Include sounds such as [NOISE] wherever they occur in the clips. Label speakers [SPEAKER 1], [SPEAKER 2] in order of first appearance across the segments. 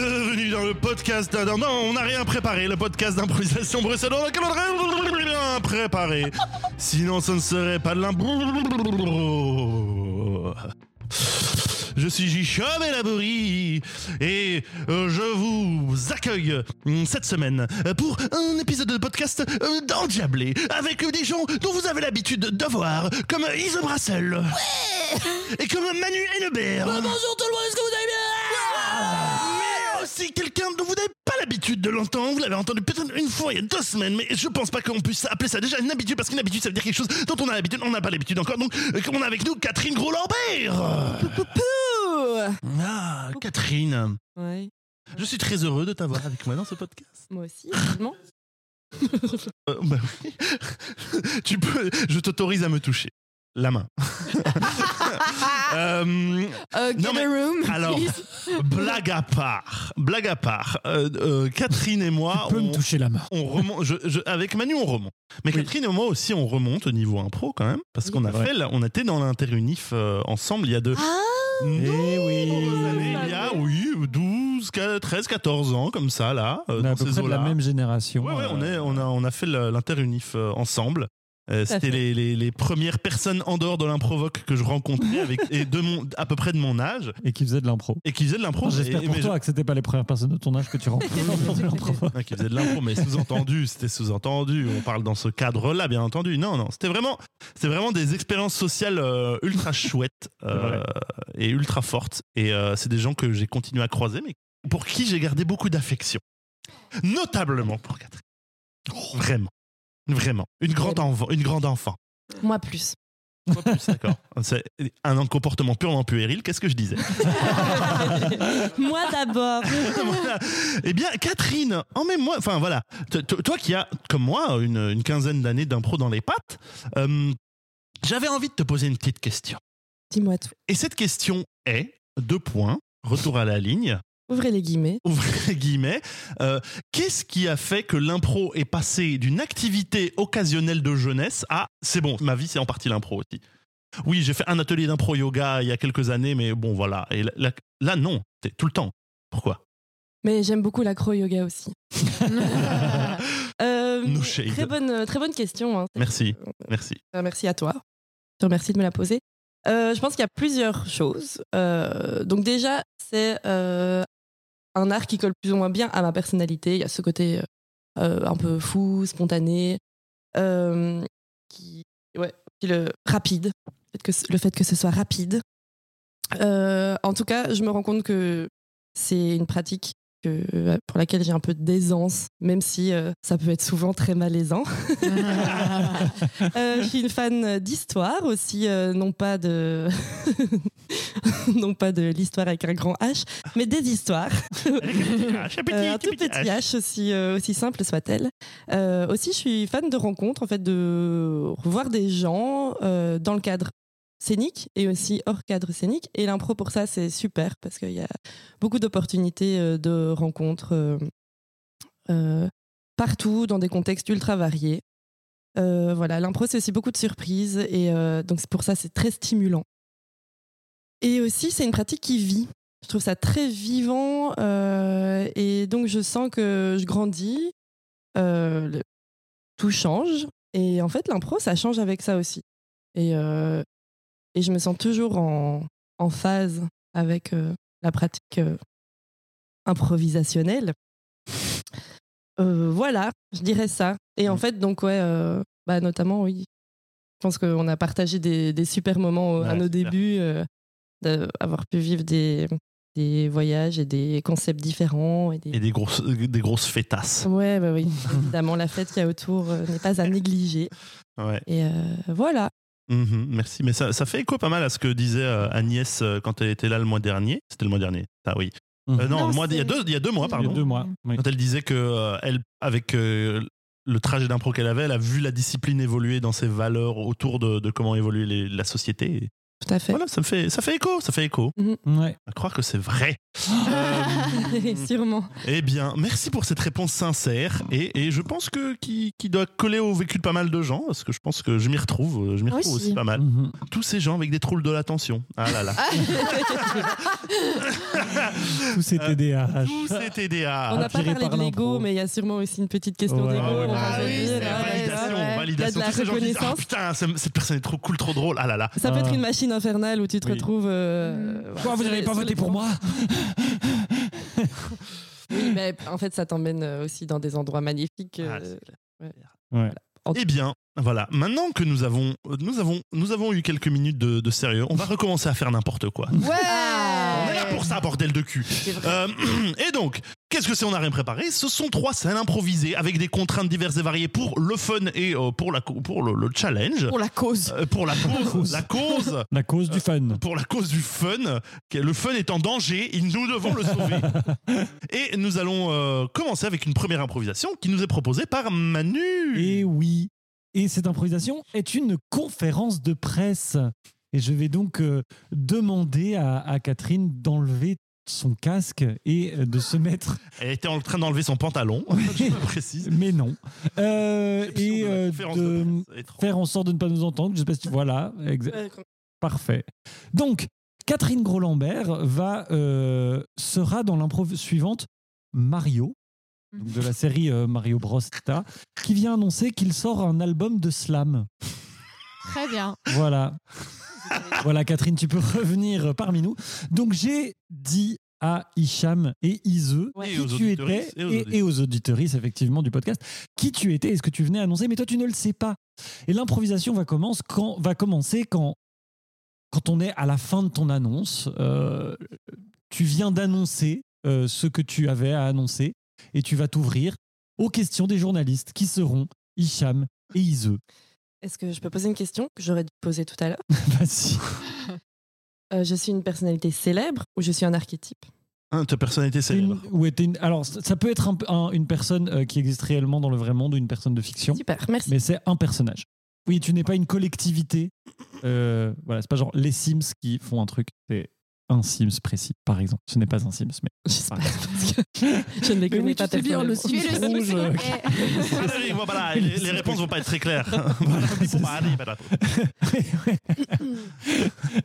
[SPEAKER 1] le podcast. Non, non, on n'a rien préparé. Le podcast d'improvisation bruxellois dans lequel on n'a rien préparé. Sinon, ce ne serait pas de l'impro. Je suis Jichom Elabori et euh, je vous accueille mm, cette semaine pour un épisode de podcast euh, d'Endiablé avec des gens dont vous avez l'habitude de voir comme Iso Brassel et comme Manu Hennebert
[SPEAKER 2] Bonjour tout le monde, est-ce que vous allez
[SPEAKER 1] mais aussi quelqu'un dont vous n'avez pas l'habitude de l'entendre. Vous l'avez entendu peut-être une fois il y a deux semaines, mais je pense pas qu'on puisse appeler ça déjà une habitude, parce qu'une habitude, ça veut dire quelque chose dont on a l'habitude, on n'a pas l'habitude encore. Donc, euh, on a avec nous Catherine Gros-Lambert.
[SPEAKER 2] bien
[SPEAKER 1] Ah, Catherine.
[SPEAKER 2] Ouais,
[SPEAKER 1] Je suis très heureux de t'avoir avec moi dans ce podcast.
[SPEAKER 2] moi aussi, évidemment.
[SPEAKER 1] Euh, bah oui. [LAUGHS] tu peux, je t'autorise à me toucher. La main. [LAUGHS] Euh,
[SPEAKER 2] Euh,
[SPEAKER 1] Non,
[SPEAKER 2] get
[SPEAKER 1] mais-
[SPEAKER 2] a room,
[SPEAKER 1] alors,
[SPEAKER 2] please.
[SPEAKER 1] blague à part, blague à part, euh, euh, Catherine et moi,
[SPEAKER 3] peut
[SPEAKER 1] on-
[SPEAKER 3] me toucher la main.
[SPEAKER 1] on remonte. Je, je- avec Manu, on remonte. Mais
[SPEAKER 3] Oui.
[SPEAKER 1] Catherine et moi aussi, on remonte au niveau impro quand même, parce qu'on a
[SPEAKER 3] Ouais.
[SPEAKER 1] fait, là, on était dans l'interunif euh, ensemble il y a deux.
[SPEAKER 2] Ah,
[SPEAKER 3] Eh
[SPEAKER 1] nombreuses
[SPEAKER 3] oui.
[SPEAKER 1] années, il y a oui 12, 4, 13, 14 ans comme ça là, euh,
[SPEAKER 3] On est
[SPEAKER 1] dans
[SPEAKER 3] à peu
[SPEAKER 1] ces
[SPEAKER 3] près de la
[SPEAKER 1] eaux-là.
[SPEAKER 3] même génération.
[SPEAKER 1] Ouais, ouais, on, est,
[SPEAKER 3] Euh,
[SPEAKER 1] on, a, on a fait le- l'interunif euh, ensemble. Euh,
[SPEAKER 2] Tout à
[SPEAKER 1] C'était
[SPEAKER 2] fait.
[SPEAKER 1] les, les- les premières personnes en dehors de l'improvoque que je rencontrais avec, et de mon, à peu près de mon âge
[SPEAKER 3] Et qui faisait de l'impro.
[SPEAKER 1] et qui faisaient de l'impro.
[SPEAKER 3] Enfin, J'espère
[SPEAKER 1] Et-
[SPEAKER 3] pour
[SPEAKER 1] mais
[SPEAKER 3] toi que c'était pas les premières personnes de ton âge que tu rencontres dans de [LAUGHS] l'impro.
[SPEAKER 1] Ouais, Ah, qui faisait de l'impro, mais sous-entendu, c'était sous-entendu. On parle dans ce cadre-là, bien entendu. Non, non, c'était vraiment, c'était vraiment des expériences sociales euh, ultra chouettes euh, et ultra fortes. Et euh, c'est des gens que j'ai continué à croiser, mais pour qui j'ai gardé beaucoup d'affection, notablement pour Catherine. Vraiment, vraiment, une grande enfant, une grande enfant.
[SPEAKER 2] moi plus. [LAUGHS]
[SPEAKER 1] Pas plus, D'accord. C'est un comportement purement puéril. Qu'est-ce que je disais
[SPEAKER 2] moi d'abord.
[SPEAKER 1] [LAUGHS] Voilà. Eh bien, Catherine, emmène-moi. Enfin, voilà. T- t- Toi qui as, comme moi, une, une quinzaine d'années d'impro dans les pattes, euh, j'avais envie de te poser une petite question.
[SPEAKER 2] Dis-moi tout.
[SPEAKER 1] Et cette question est deux points. Retour à la ligne, [LAUGHS]
[SPEAKER 2] Ouvrez les guillemets.
[SPEAKER 1] ouvrez les guillemets. Euh, Qu'est-ce qui a fait que l'impro est passé d'une activité occasionnelle de jeunesse à c'est bon, ma vie c'est en partie l'impro aussi. Oui, j'ai fait un atelier d'impro yoga il y a quelques années, mais bon voilà. Et là, là- là, non, t'es tout le temps. Pourquoi
[SPEAKER 2] Mais j'aime beaucoup l'acro-yoga aussi. Euh,
[SPEAKER 1] No shade.
[SPEAKER 2] très, bonne, euh, très bonne question. hein.
[SPEAKER 1] Merci, merci.
[SPEAKER 2] Euh, Merci à toi. Je te remercie de me la poser. Euh, je pense qu'il y a plusieurs choses. Euh, donc déjà, c'est euh, un art qui colle plus ou moins bien à ma personnalité. Il y a ce côté euh, un peu fou, spontané, euh, qui, ouais, qui le rapide. Le fait que, ce- le fait que ce soit rapide. Euh, en tout cas, je me rends compte que c'est une pratique que, pour laquelle j'ai un peu d'aisance, même si euh, ça peut être souvent très malaisant. Euh, je suis une fan d'histoire aussi, euh, non pas de, [LAUGHS] non pas de l'histoire avec un grand H, mais des histoires. Euh, un tout petit H aussi, euh, aussi simple soit-elle. Euh, aussi, je suis fan de rencontres, en fait, de revoir des gens euh, dans le cadre scénique et aussi hors cadre scénique. Et l'impro pour ça, c'est super parce qu'il y a beaucoup d'opportunités euh, de rencontres euh, euh, partout, dans des contextes ultra variés. Euh, voilà, l'impro, c'est aussi beaucoup de surprises et euh, donc c'est pour ça, c'est très stimulant. Et aussi, c'est une pratique qui vit. Je trouve ça très vivant euh, et donc je sens que je grandis, euh, le- tout change et en fait l'impro ça change avec ça aussi. Et, euh, et je me sens toujours en, en phase avec euh, la pratique euh, improvisationnelle. Euh, voilà, je dirais ça. Et en fait donc ouais, euh, bah, notamment oui, je pense qu'on a partagé des, des super moments euh, à
[SPEAKER 1] Ouais,
[SPEAKER 2] nos
[SPEAKER 1] super.
[SPEAKER 2] débuts, euh, d'avoir pu vivre des des voyages et des concepts différents. Et des...
[SPEAKER 1] Et des grosses, des grosses fêtasses.
[SPEAKER 2] Ouais, bah oui, [LAUGHS] évidemment, la fête qu'il y a autour euh, n'est pas à négliger.
[SPEAKER 1] Ouais.
[SPEAKER 2] Et euh, voilà.
[SPEAKER 1] Mhm, merci. Mais ça, ça fait écho pas mal à ce que disait euh, Agnès euh, quand elle était là le mois dernier. C'était le mois dernier. Ah oui. Euh, non,
[SPEAKER 2] Non,
[SPEAKER 1] le mois, il, y a
[SPEAKER 2] c'est-
[SPEAKER 1] deux, il y a deux mois,
[SPEAKER 3] Il y
[SPEAKER 1] pardon.
[SPEAKER 3] a deux mois. oui.
[SPEAKER 1] Quand elle disait que euh, elle, avec euh, le trajet d'impro qu'elle avait, elle a vu la discipline évoluer dans ses valeurs autour de, de comment évolue les- la société.
[SPEAKER 2] tout à fait.
[SPEAKER 1] Voilà, ça me fait, ça fait écho, ça fait écho.
[SPEAKER 3] Ouais.
[SPEAKER 1] À croire que c'est vrai. Euh,
[SPEAKER 2] [LAUGHS] Sûrement.
[SPEAKER 1] eh bien, merci pour cette réponse sincère et, et je pense que qui, qui doit coller au vécu de pas mal de gens parce que je pense que je m'y retrouve, euh, je m'y
[SPEAKER 4] Moi
[SPEAKER 1] retrouve aussi.
[SPEAKER 4] aussi.
[SPEAKER 1] pas mal.
[SPEAKER 3] Mhm.
[SPEAKER 1] Tous ces gens avec des troubles de l'attention. Ah là là.
[SPEAKER 3] Tous ces TDAH.
[SPEAKER 1] Euh, Tous ces TDA.
[SPEAKER 2] On n'a pas
[SPEAKER 3] attiré
[SPEAKER 2] parlé
[SPEAKER 3] par
[SPEAKER 2] de l'ego,
[SPEAKER 3] l'impro.
[SPEAKER 2] mais il y a sûrement aussi une petite question
[SPEAKER 3] Ouais.
[SPEAKER 2] d'ego.
[SPEAKER 3] Ah
[SPEAKER 1] Ah, ouais,
[SPEAKER 2] on va
[SPEAKER 1] bah oui,
[SPEAKER 2] venir,
[SPEAKER 1] c'est
[SPEAKER 2] ouais,
[SPEAKER 1] la validation,
[SPEAKER 2] ouais, ouais.
[SPEAKER 1] validation.
[SPEAKER 2] Il y a
[SPEAKER 1] Tous
[SPEAKER 2] de la
[SPEAKER 1] ces gens qui disent, Ah,
[SPEAKER 2] reconnaissance.
[SPEAKER 1] putain, ça- cette personne est trop cool, trop drôle. Ah là là.
[SPEAKER 2] Ça peut être
[SPEAKER 3] Ah.
[SPEAKER 2] une machine infernale où tu te
[SPEAKER 3] Oui.
[SPEAKER 2] retrouves. euh,
[SPEAKER 4] Mmh.
[SPEAKER 2] voilà,
[SPEAKER 3] Quoi, vous
[SPEAKER 2] sur
[SPEAKER 3] n'avez
[SPEAKER 2] les-
[SPEAKER 3] pas
[SPEAKER 2] sur
[SPEAKER 3] voté
[SPEAKER 2] les
[SPEAKER 3] pour
[SPEAKER 2] fronts.
[SPEAKER 3] moi
[SPEAKER 2] Oui, mais en fait, ça t'emmène euh, aussi dans des endroits magnifiques. euh,
[SPEAKER 1] Ah, c'est
[SPEAKER 2] Ok.
[SPEAKER 1] Eh bien, voilà. Maintenant que nous avons, nous avons, nous avons eu quelques minutes de, de sérieux, on va recommencer à faire n'importe quoi.
[SPEAKER 4] Ouais
[SPEAKER 1] On est
[SPEAKER 2] Ah.
[SPEAKER 1] là pour ça, bordel de cul.
[SPEAKER 4] C'est vrai.
[SPEAKER 1] Euh, [CLEARS THROAT] et donc, qu'est-ce que c'est On n'a rien préparé. Ce sont trois scènes improvisées avec des contraintes diverses et variées pour le fun et euh, pour, la, co- pour le, le challenge.
[SPEAKER 4] Pour la cause.
[SPEAKER 1] Euh, Pour la cause, la cause,
[SPEAKER 3] La cause
[SPEAKER 1] Euh,
[SPEAKER 3] du fun.
[SPEAKER 1] pour la cause du fun, que le fun est en danger, et nous devons le sauver. Et nous allons euh, commencer avec une première improvisation qui nous est proposée par Manu.
[SPEAKER 3] Et Eh oui. Et cette improvisation est une conférence de presse. Et je vais donc euh, demander à, à Catherine d'enlever son casque et euh, de se [LAUGHS] mettre.
[SPEAKER 1] Elle était en train d'enlever son pantalon, je le précise.
[SPEAKER 3] Mais non. Euh,
[SPEAKER 1] Exception
[SPEAKER 3] et
[SPEAKER 1] de la
[SPEAKER 3] euh,
[SPEAKER 1] conférence
[SPEAKER 3] de
[SPEAKER 1] de presse. Étrange.
[SPEAKER 3] faire en sorte de ne pas nous entendre. Je sais pas si tu... Voilà. exa- Parfait. Donc, Catherine Grolambert va, euh, sera dans l'improv suivante Mario, donc de la série euh, Mario Bros. Tata, qui vient annoncer qu'il sort un album de slam.
[SPEAKER 4] Très bien.
[SPEAKER 3] Voilà. Voilà, Catherine, tu peux revenir parmi nous. Donc, j'ai dit à Hicham et Iseu
[SPEAKER 1] Ouais. Et
[SPEAKER 3] qui
[SPEAKER 1] aux
[SPEAKER 3] tu étais
[SPEAKER 1] auditrices,
[SPEAKER 3] et
[SPEAKER 1] et aux
[SPEAKER 3] et aux, auditrices, effectivement, du podcast, qui tu étais et ce que tu venais annoncer, mais toi, tu ne le sais pas. Et l'improvisation va, commence quand, va commencer quand, quand on est à la fin de ton annonce. Euh, tu viens d'annoncer euh, ce que tu avais à annoncer et tu vas t'ouvrir aux questions des journalistes qui seront Hicham et Iseu.
[SPEAKER 2] Est-ce que je peux poser une question que j'aurais dû poser tout à l'heure
[SPEAKER 3] [LAUGHS] Vas-y.
[SPEAKER 2] Euh, Je suis une personnalité célèbre ou je suis un archétype
[SPEAKER 1] Hein, ta personnalité célèbre.
[SPEAKER 3] Une- ouais, t'es une- alors, ça ça peut être un- un- une personne euh, qui existe réellement dans le vrai monde ou une personne de fiction.
[SPEAKER 2] Super, merci.
[SPEAKER 3] mais c'est un personnage. Oui, tu n'es pas une collectivité. Euh, voilà, c'est pas genre les Sims qui font un truc. C'est un Sims précis, par exemple. Ce n'est pas un Sims, mais
[SPEAKER 2] J'espère, parce que je ne les connais
[SPEAKER 3] oui,
[SPEAKER 2] pas
[SPEAKER 3] tu sais bien,
[SPEAKER 2] personnellement.
[SPEAKER 3] le
[SPEAKER 4] Tu es le
[SPEAKER 3] Rouge,
[SPEAKER 4] Sims.
[SPEAKER 3] euh,
[SPEAKER 4] Eh,
[SPEAKER 1] Ah, oui,
[SPEAKER 3] [LAUGHS]
[SPEAKER 1] voilà, les, les réponses vont pas être très claires. Voilà,
[SPEAKER 3] C'est [LAUGHS] ça.
[SPEAKER 1] bah, allez, bah, là.
[SPEAKER 3] Ouais.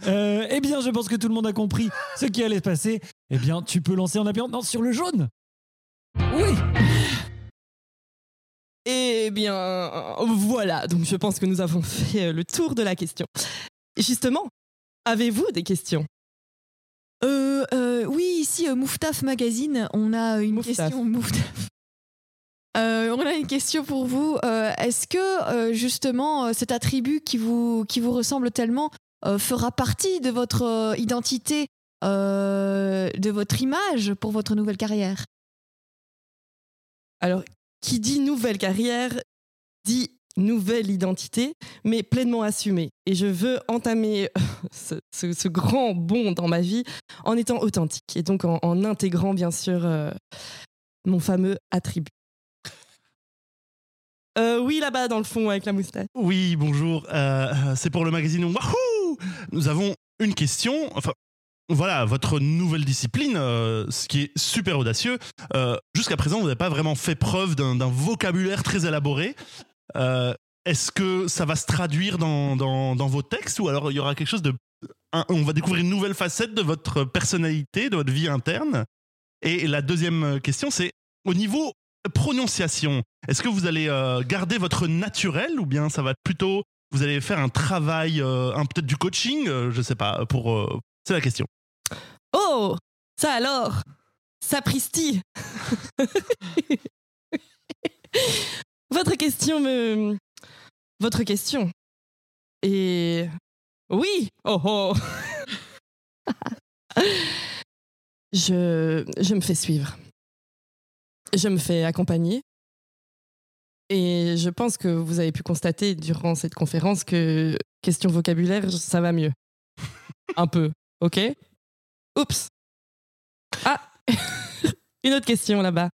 [SPEAKER 3] Euh, eh bien, je pense que tout le monde a compris ce qui allait se passer. Eh bien, tu peux lancer en appuyant non, sur le jaune. Oui.
[SPEAKER 2] Eh bien, euh, voilà, donc je pense que nous avons fait euh, le tour de la question. Justement, avez-vous des questions
[SPEAKER 4] Euh, euh, oui, ici, euh, Mouftaf Magazine, on a euh, une
[SPEAKER 2] Mouftaf.
[SPEAKER 4] question. [LAUGHS] Mouftaf. Euh, on a une question pour vous. Euh, Est-ce que euh, justement euh, cet attribut qui vous, qui vous ressemble tellement euh, fera partie de votre euh, identité, euh, de votre image pour votre nouvelle carrière
[SPEAKER 2] Alors, qui dit nouvelle carrière dit nouvelle identité, mais pleinement assumée. Et je veux entamer euh, [LAUGHS] ce, ce- ce grand bond dans ma vie en étant authentique et donc en, en intégrant bien sûr euh, mon fameux attribut. Euh, oui, là-bas dans le fond avec la moustache.
[SPEAKER 1] Oui, bonjour. euh, c'est pour le magazine Wahoo Nous avons une question. Enfin, voilà, votre nouvelle discipline, euh, ce qui est super audacieux. Euh, Jusqu'à présent, vous n'avez pas vraiment fait preuve d'un d'un vocabulaire très élaboré. Euh, Est-ce que ça va se traduire dans, dans- dans vos textes ou alors il y aura quelque chose de. un- on va découvrir une nouvelle facette de votre personnalité, de votre vie interne Et la deuxième question, c'est au niveau prononciation. Est-ce que vous allez euh, garder votre naturel ou bien ça va être plutôt vous allez faire un travail, euh, un- peut-être du coaching, euh, je sais pas. Pour euh, c'est la question.
[SPEAKER 2] Oh Ça alors Sapristi [LAUGHS] Votre question me. Votre question. Et. Oui Oh oh [LAUGHS] je, je me fais suivre. Je me fais accompagner. Et je pense que vous avez pu constater durant cette conférence que, question vocabulaire, ça va mieux. Un peu, ok Oups. Ah [LAUGHS] Une autre question là-bas.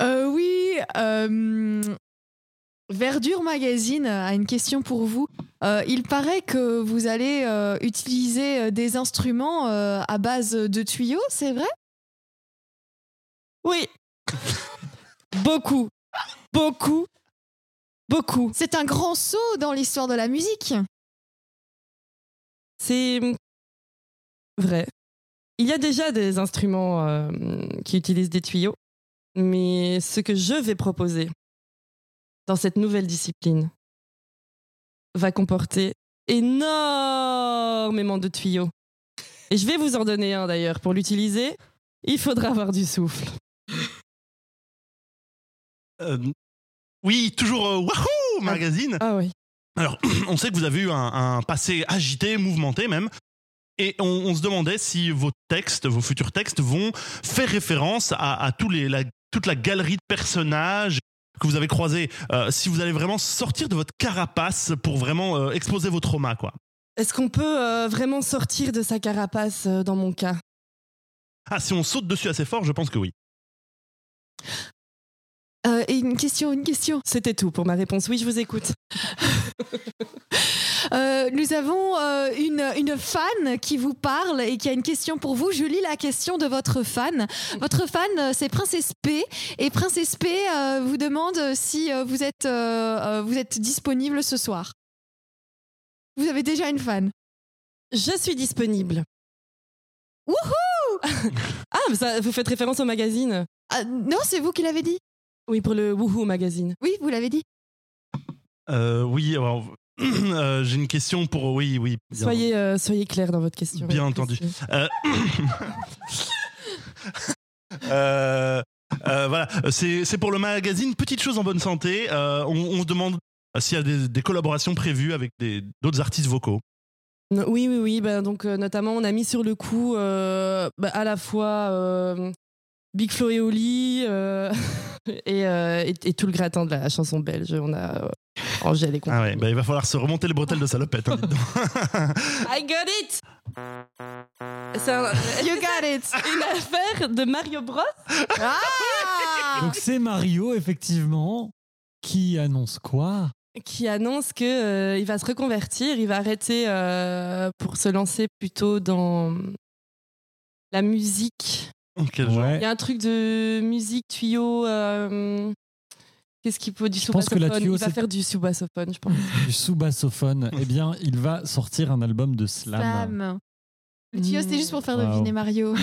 [SPEAKER 4] Euh, oui, euh, Verdure Magazine a une question pour vous. Euh, il paraît que vous allez euh, utiliser euh, des instruments euh, à base de tuyaux, c'est vrai
[SPEAKER 2] Oui. beaucoup. Beaucoup. Beaucoup.
[SPEAKER 4] C'est un grand saut dans l'histoire de la musique.
[SPEAKER 2] C'est vrai. Il y a déjà des instruments euh, qui utilisent des tuyaux, mais ce que je vais proposer dans cette nouvelle discipline va comporter énormément de tuyaux. Et je vais vous en donner un d'ailleurs. Pour l'utiliser, il faudra avoir du souffle.
[SPEAKER 1] Euh, oui, toujours euh, Wahoo Magazine.
[SPEAKER 2] [COUGHS] Ah oui.
[SPEAKER 1] Alors, on sait que vous avez eu un, un passé agité, mouvementé même. Et on, on se demandait si vos textes, vos futurs textes, vont faire référence à, à tous les, la- toute la galerie de personnages que vous avez croisés. Euh, si vous allez vraiment sortir de votre carapace pour vraiment euh, exposer vos traumas, quoi.
[SPEAKER 2] Est-ce qu'on peut euh, vraiment sortir de sa carapace euh, dans mon cas
[SPEAKER 1] Ah, si on saute dessus assez fort, je pense que oui.
[SPEAKER 4] Euh, et une question, une question.
[SPEAKER 2] C'était tout pour ma réponse. Oui, je vous écoute.
[SPEAKER 4] Euh, nous avons euh, une, une fan qui vous parle et qui a une question pour vous. Je lis la question de votre fan. Votre fan, euh, c'est Princesse P. Et Princesse P euh, vous demande si euh, vous, êtes, euh, euh, vous êtes disponible ce soir. Vous avez déjà une fan.
[SPEAKER 2] Je suis disponible. Wouhou [LAUGHS] Ah, mais ça, vous faites référence au magazine
[SPEAKER 4] Ah, non, c'est vous qui l'avez dit.
[SPEAKER 2] Oui, pour le Wouhou magazine.
[SPEAKER 4] Oui, vous l'avez dit.
[SPEAKER 1] Euh, oui, alors, [CLEARS THROAT] euh, j'ai une question pour. Oui, oui. bien.
[SPEAKER 2] Soyez, euh, soyez clair dans votre question.
[SPEAKER 1] Bien entendu. Euh, euh, voilà, c'est c'est pour le magazine Petite chose en bonne santé. Euh, on, on se demande euh, s'il y a des, des collaborations prévues avec des- d'autres artistes vocaux.
[SPEAKER 2] Non, Oui, oui, oui. ben, donc, euh, notamment, on a mis sur le coup euh, bah, à la fois euh, Big Flo et Oli euh, [LAUGHS] et, euh, et- et tout le gratin de la chanson belge. On a euh, Angèle et
[SPEAKER 1] Ah
[SPEAKER 2] compagnie.
[SPEAKER 1] ouais, bah il va falloir se remonter les bretelles de salopette. hein, dites donc.
[SPEAKER 2] I got it C'est un-
[SPEAKER 4] You got it.
[SPEAKER 2] une affaire de Mario Bros.
[SPEAKER 4] Ah
[SPEAKER 3] Donc c'est Mario, effectivement, qui annonce quoi
[SPEAKER 2] qui annonce que euh, il va se reconvertir, il va arrêter euh, pour se lancer plutôt dans la musique.
[SPEAKER 1] [LAUGHS] Quel genre.
[SPEAKER 2] Il y a un truc de musique tuyau. euh, Qu'est-ce qu'il peut du
[SPEAKER 3] Je pense que la
[SPEAKER 2] sous-bassophone Il
[SPEAKER 3] tuyau,
[SPEAKER 2] va
[SPEAKER 3] c'est-
[SPEAKER 2] faire du sous-bassophone, je pense.
[SPEAKER 3] du sous-bassophone. eh bien, il va sortir un album de slam.
[SPEAKER 4] Slam. Le tuyau, c'était juste pour faire
[SPEAKER 3] Wow. [LAUGHS]
[SPEAKER 4] deviner Mario.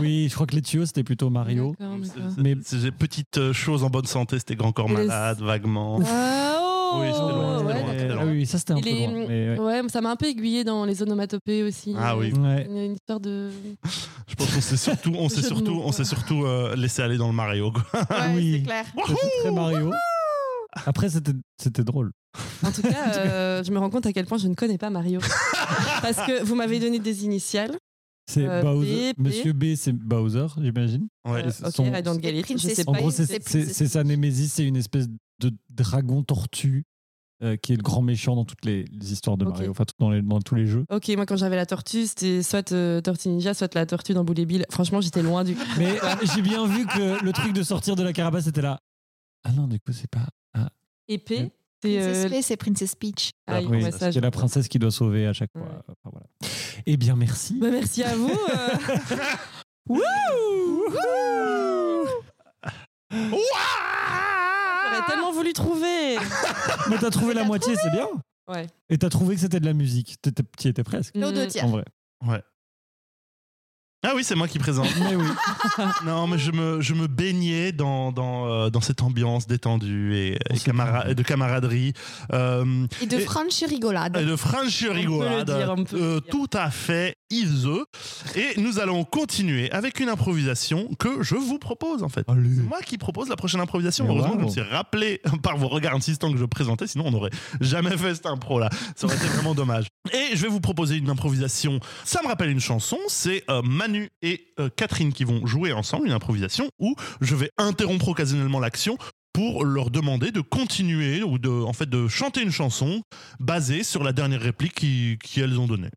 [SPEAKER 3] Oui, je crois que les tuyaux, c'était plutôt Mario.
[SPEAKER 4] D'accord, d'accord.
[SPEAKER 3] Mais-
[SPEAKER 1] C'est des petites euh, choses en bonne santé, c'était grand corps
[SPEAKER 2] Et les-
[SPEAKER 1] malade, vaguement.
[SPEAKER 2] Ah, oh,
[SPEAKER 1] Oui, c'était loin, c'était
[SPEAKER 2] ouais,
[SPEAKER 1] loin, c'était loin.
[SPEAKER 2] d'accord.
[SPEAKER 3] Ah oui, ça c'était un
[SPEAKER 2] Il
[SPEAKER 3] peu
[SPEAKER 2] est-
[SPEAKER 3] loin. mais ouais.
[SPEAKER 2] Ouais, mais ça m'a un peu aiguillé dans les onomatopées aussi.
[SPEAKER 1] Ah oui.
[SPEAKER 3] Ouais.
[SPEAKER 2] Une, une histoire de.
[SPEAKER 1] Je pense qu'on s'est surtout, on
[SPEAKER 2] [LAUGHS]
[SPEAKER 1] s'est
[SPEAKER 2] Jeu de
[SPEAKER 1] surtout,
[SPEAKER 2] mots,
[SPEAKER 1] on s'est
[SPEAKER 2] quoi.
[SPEAKER 1] surtout euh, laissé aller dans le Mario. quoi.
[SPEAKER 4] Ouais,
[SPEAKER 3] Ah Oui.
[SPEAKER 4] c'est clair.
[SPEAKER 3] C'était très Mario. Après, c'était c'était drôle.
[SPEAKER 2] En tout cas, euh, je me rends compte à quel point je ne connais pas Mario. Parce que vous m'avez donné des initiales.
[SPEAKER 3] C'est
[SPEAKER 2] Euh,
[SPEAKER 3] Bowser.
[SPEAKER 2] B, B.
[SPEAKER 3] Monsieur B, c'est Bowser, j'imagine.
[SPEAKER 1] Ouais.
[SPEAKER 2] Euh,
[SPEAKER 3] ce
[SPEAKER 2] ok,
[SPEAKER 3] sont-
[SPEAKER 2] I don't get it. Je sais
[SPEAKER 3] En
[SPEAKER 2] pas.
[SPEAKER 3] gros, c'est
[SPEAKER 4] c'est-
[SPEAKER 3] c'est- c'est sa némésis, c'est une espèce de dragon tortue euh, qui est le grand méchant dans toutes les, les histoires de
[SPEAKER 2] Ok.
[SPEAKER 3] Mario, enfin tout- dans, les- dans tous les jeux.
[SPEAKER 2] Ok, moi quand j'avais la tortue, c'était soit euh, Tortue Ninja, soit la tortue dans Boule et Bill. Franchement, j'étais loin du.
[SPEAKER 3] Mais euh, j'ai bien vu que le truc de sortir de la carapace était là. Ah non, du coup, c'est pas.
[SPEAKER 2] Épée, c'est.
[SPEAKER 4] Princess
[SPEAKER 2] euh,
[SPEAKER 4] P, c'est Princess Peach.
[SPEAKER 2] ah, il
[SPEAKER 3] Oui,
[SPEAKER 2] faut mettre ça,
[SPEAKER 3] c'est la princesse qui doit sauver à chaque fois.
[SPEAKER 2] Ouais.
[SPEAKER 3] Enfin, voilà. Eh bien, merci.
[SPEAKER 2] Bah, merci à vous. euh. Wouh
[SPEAKER 4] Ah
[SPEAKER 2] J'aurais tellement voulu trouver.
[SPEAKER 3] Mais t'as trouvé la moitié, c'est bien.
[SPEAKER 2] Ouais.
[SPEAKER 3] Et t'as trouvé que c'était de la musique. T'étais- T'y étais presque,
[SPEAKER 4] Nos deux
[SPEAKER 2] Mm.
[SPEAKER 4] tiers.
[SPEAKER 3] en vrai.
[SPEAKER 1] Ah oui, c'est moi qui présente.
[SPEAKER 3] Mais oui.
[SPEAKER 1] Non, mais je me, je me baignais dans, dans, euh, dans cette ambiance détendue et,
[SPEAKER 2] Oh,
[SPEAKER 3] On
[SPEAKER 1] et
[SPEAKER 3] se
[SPEAKER 1] camara-
[SPEAKER 3] plaint.
[SPEAKER 1] et de camaraderie. Euh,
[SPEAKER 4] Et de
[SPEAKER 1] Et-
[SPEAKER 4] Franchi Rigolade.
[SPEAKER 1] et de French
[SPEAKER 2] peut
[SPEAKER 1] rigolade.
[SPEAKER 2] le dire, on peut le
[SPEAKER 1] Euh,
[SPEAKER 2] dire.
[SPEAKER 1] tout à fait iseux. Et nous allons continuer avec une improvisation que je vous propose en fait. C'est moi qui propose la prochaine improvisation.
[SPEAKER 3] Mm-hmm. Mais
[SPEAKER 1] Heureusement
[SPEAKER 3] wow.
[SPEAKER 1] que je me suis rappelé [LAUGHS] par vos regards insistants que je présentais, sinon on n'aurait jamais fait cette impro là. Ça aurait été vraiment dommage. Et je vais vous proposer une improvisation. Ça me rappelle une chanson. C'est euh, Manu et euh, Catherine qui vont jouer ensemble une improvisation où je vais interrompre occasionnellement l'action pour leur demander de continuer ou de, en fait, de chanter une chanson basée sur la dernière réplique qui- qui elles ont donnée.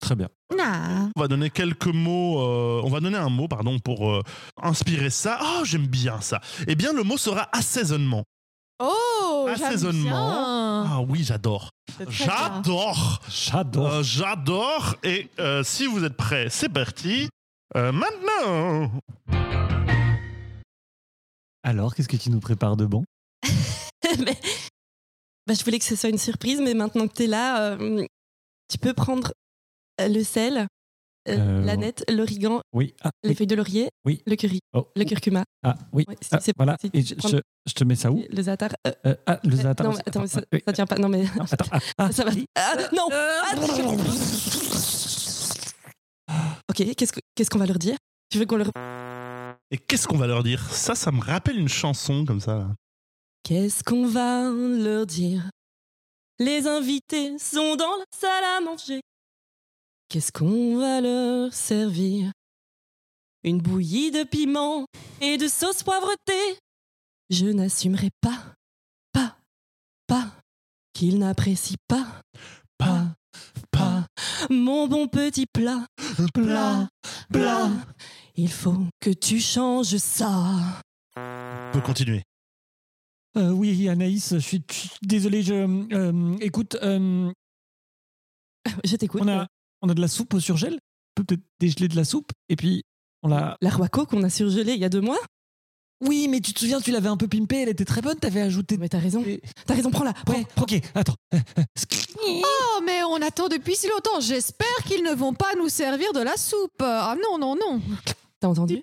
[SPEAKER 3] Très bien.
[SPEAKER 4] Nah.
[SPEAKER 1] On va donner quelques mots, euh, on va donner un mot, Ah, pardon, pour euh, inspirer ça. Oh, j'aime bien ça. Eh bien, le mot sera assaisonnement.
[SPEAKER 4] Oh j'aime
[SPEAKER 1] Assaisonnement.
[SPEAKER 4] bien.
[SPEAKER 1] Ah oui, j'adore.
[SPEAKER 4] C'est très bien.
[SPEAKER 1] J'adore.
[SPEAKER 3] J'adore.
[SPEAKER 1] Euh, j'adore. Et euh, si vous êtes prêts, c'est parti. Euh, maintenant.
[SPEAKER 3] Alors, qu'est-ce que tu nous prépares de bon
[SPEAKER 2] [LAUGHS] Mais- bah, je voulais que ce soit une surprise, mais maintenant que tu es là, euh, tu peux prendre euh, le sel, euh,
[SPEAKER 3] Euh,
[SPEAKER 2] l'aneth, l'origan,
[SPEAKER 3] Oui. Ah,
[SPEAKER 2] les feuilles de laurier,
[SPEAKER 3] Oui.
[SPEAKER 2] le curry,
[SPEAKER 3] Oh.
[SPEAKER 2] le curcuma,
[SPEAKER 3] Ah, oui.
[SPEAKER 2] Ouais, si
[SPEAKER 3] Ah,
[SPEAKER 2] c'est-
[SPEAKER 3] voilà.
[SPEAKER 2] si tu
[SPEAKER 3] Et je,
[SPEAKER 2] prends-
[SPEAKER 3] je- je te mets ça où
[SPEAKER 2] le zatar. euh,
[SPEAKER 3] Euh, Ah, le zatar.
[SPEAKER 2] non, mais attends, mais ça,
[SPEAKER 3] oui.
[SPEAKER 2] ça tient pas. Non, mais
[SPEAKER 3] Non, attends. Ah,
[SPEAKER 2] [LAUGHS]
[SPEAKER 3] ah.
[SPEAKER 2] ça va. Ah, non Ah, Ok, qu'est-ce que- qu'est-ce qu'on va leur dire Tu veux qu'on leur.
[SPEAKER 1] Et qu'est-ce qu'on va leur dire Ça, ça me rappelle une chanson comme ça. là.
[SPEAKER 2] Qu'est-ce qu'on va leur dire Les invités sont dans la salle à manger. Qu'est-ce qu'on va leur servir Une bouillie de piment et de sauce poivretée. Je n'assumerai pas, pas, pas, qu'ils n'apprécient pas,
[SPEAKER 3] Pa, pa,
[SPEAKER 2] pas, mon bon petit plat,
[SPEAKER 3] pla,
[SPEAKER 2] plat. Il faut que tu changes ça. [LAUGHS]
[SPEAKER 1] On peut continuer.
[SPEAKER 3] Euh, oui, Anaïs, je suis, je suis désolé. Je, euh, écoute, euh,
[SPEAKER 2] Je t'écoute.
[SPEAKER 3] on, a, on a de la soupe au surgel. On peut peut-être dégeler de la soupe. Et puis, on l'a.
[SPEAKER 2] La Roaco qu'on a surgelée il y a deux mois.
[SPEAKER 3] Oui, mais tu te souviens, tu l'avais un peu pimpée. Elle était très bonne. T'avais ajouté.
[SPEAKER 2] Mais t'as raison.
[SPEAKER 3] Et-
[SPEAKER 2] T'as raison, prends-la. Prends.
[SPEAKER 3] Ouais, ok, attends. Euh, euh,
[SPEAKER 4] Oh, mais on attend depuis si longtemps. J'espère qu'ils ne vont pas nous servir de la soupe. Ah non, non, non.
[SPEAKER 2] T'as entendu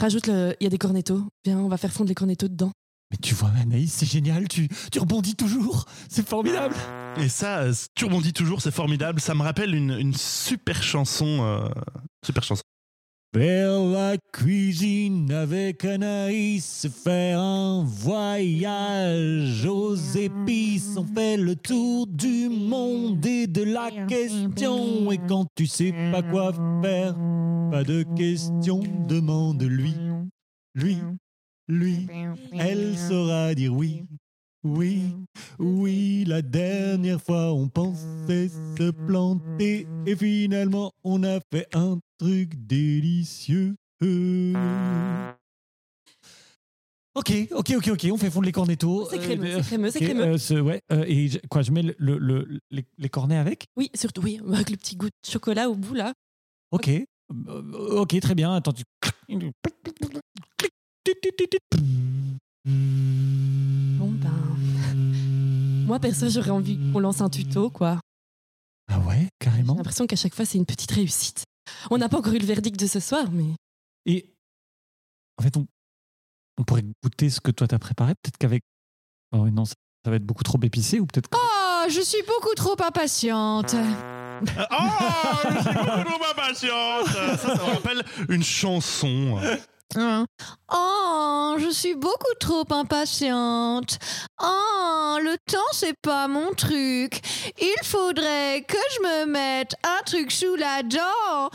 [SPEAKER 2] Rajoute le. Il y a des cornettos. Viens, on va faire fondre les cornettos dedans.
[SPEAKER 3] Mais tu vois, Anaïs, c'est génial. Tu, tu rebondis toujours. C'est formidable.
[SPEAKER 1] Et ça, euh, tu rebondis toujours, c'est formidable. Ça me rappelle une, une super chanson. euh, super chanson.
[SPEAKER 3] Faire la cuisine avec Anaïs, faire un voyage aux épices, on fait le tour du monde et de la question. Et quand tu sais pas quoi faire, pas de question, demande-lui, lui, lui. Elle saura dire oui, oui, oui. La dernière fois, on pensait se planter et finalement, on a fait un truc délicieux. Ok, ok, ok, ok. On fait fondre les cornettos.
[SPEAKER 2] C'est
[SPEAKER 3] Euh,
[SPEAKER 2] crémeux,
[SPEAKER 3] euh,
[SPEAKER 2] c'est crémeux, c'est
[SPEAKER 3] ok,
[SPEAKER 2] crémeux.
[SPEAKER 3] euh, ce- ouais, euh, et je- quoi, je mets le, le- le- les, les cornets avec
[SPEAKER 2] Oui, surtout, oui, avec le petit goût de chocolat au bout là.
[SPEAKER 3] Ok. Euh, Ok, très bien. Attends, tu.
[SPEAKER 2] Bon, ben. Moi, perso, j'aurais envie qu'on lance un tuto, quoi.
[SPEAKER 3] Ah ouais,
[SPEAKER 2] J'ai
[SPEAKER 3] carrément.
[SPEAKER 2] l'impression qu'à chaque fois, c'est une petite réussite. On n'a pas encore eu le verdict de ce soir, mais.
[SPEAKER 3] Et en fait, on, on pourrait goûter ce que toi t'as préparé. Peut-être qu'avec. Oh non, ça, ça va être beaucoup trop épicé ou peut-être.
[SPEAKER 4] Oh, je suis beaucoup trop impatiente.
[SPEAKER 1] Euh, oh, je suis complètement impatiente. Ça, ça me rappelle une chanson. euh.
[SPEAKER 4] Hein. Oh, je suis beaucoup trop impatiente. Oh, le temps, c'est pas mon truc. Il faudrait que je me mette un truc sous la dent.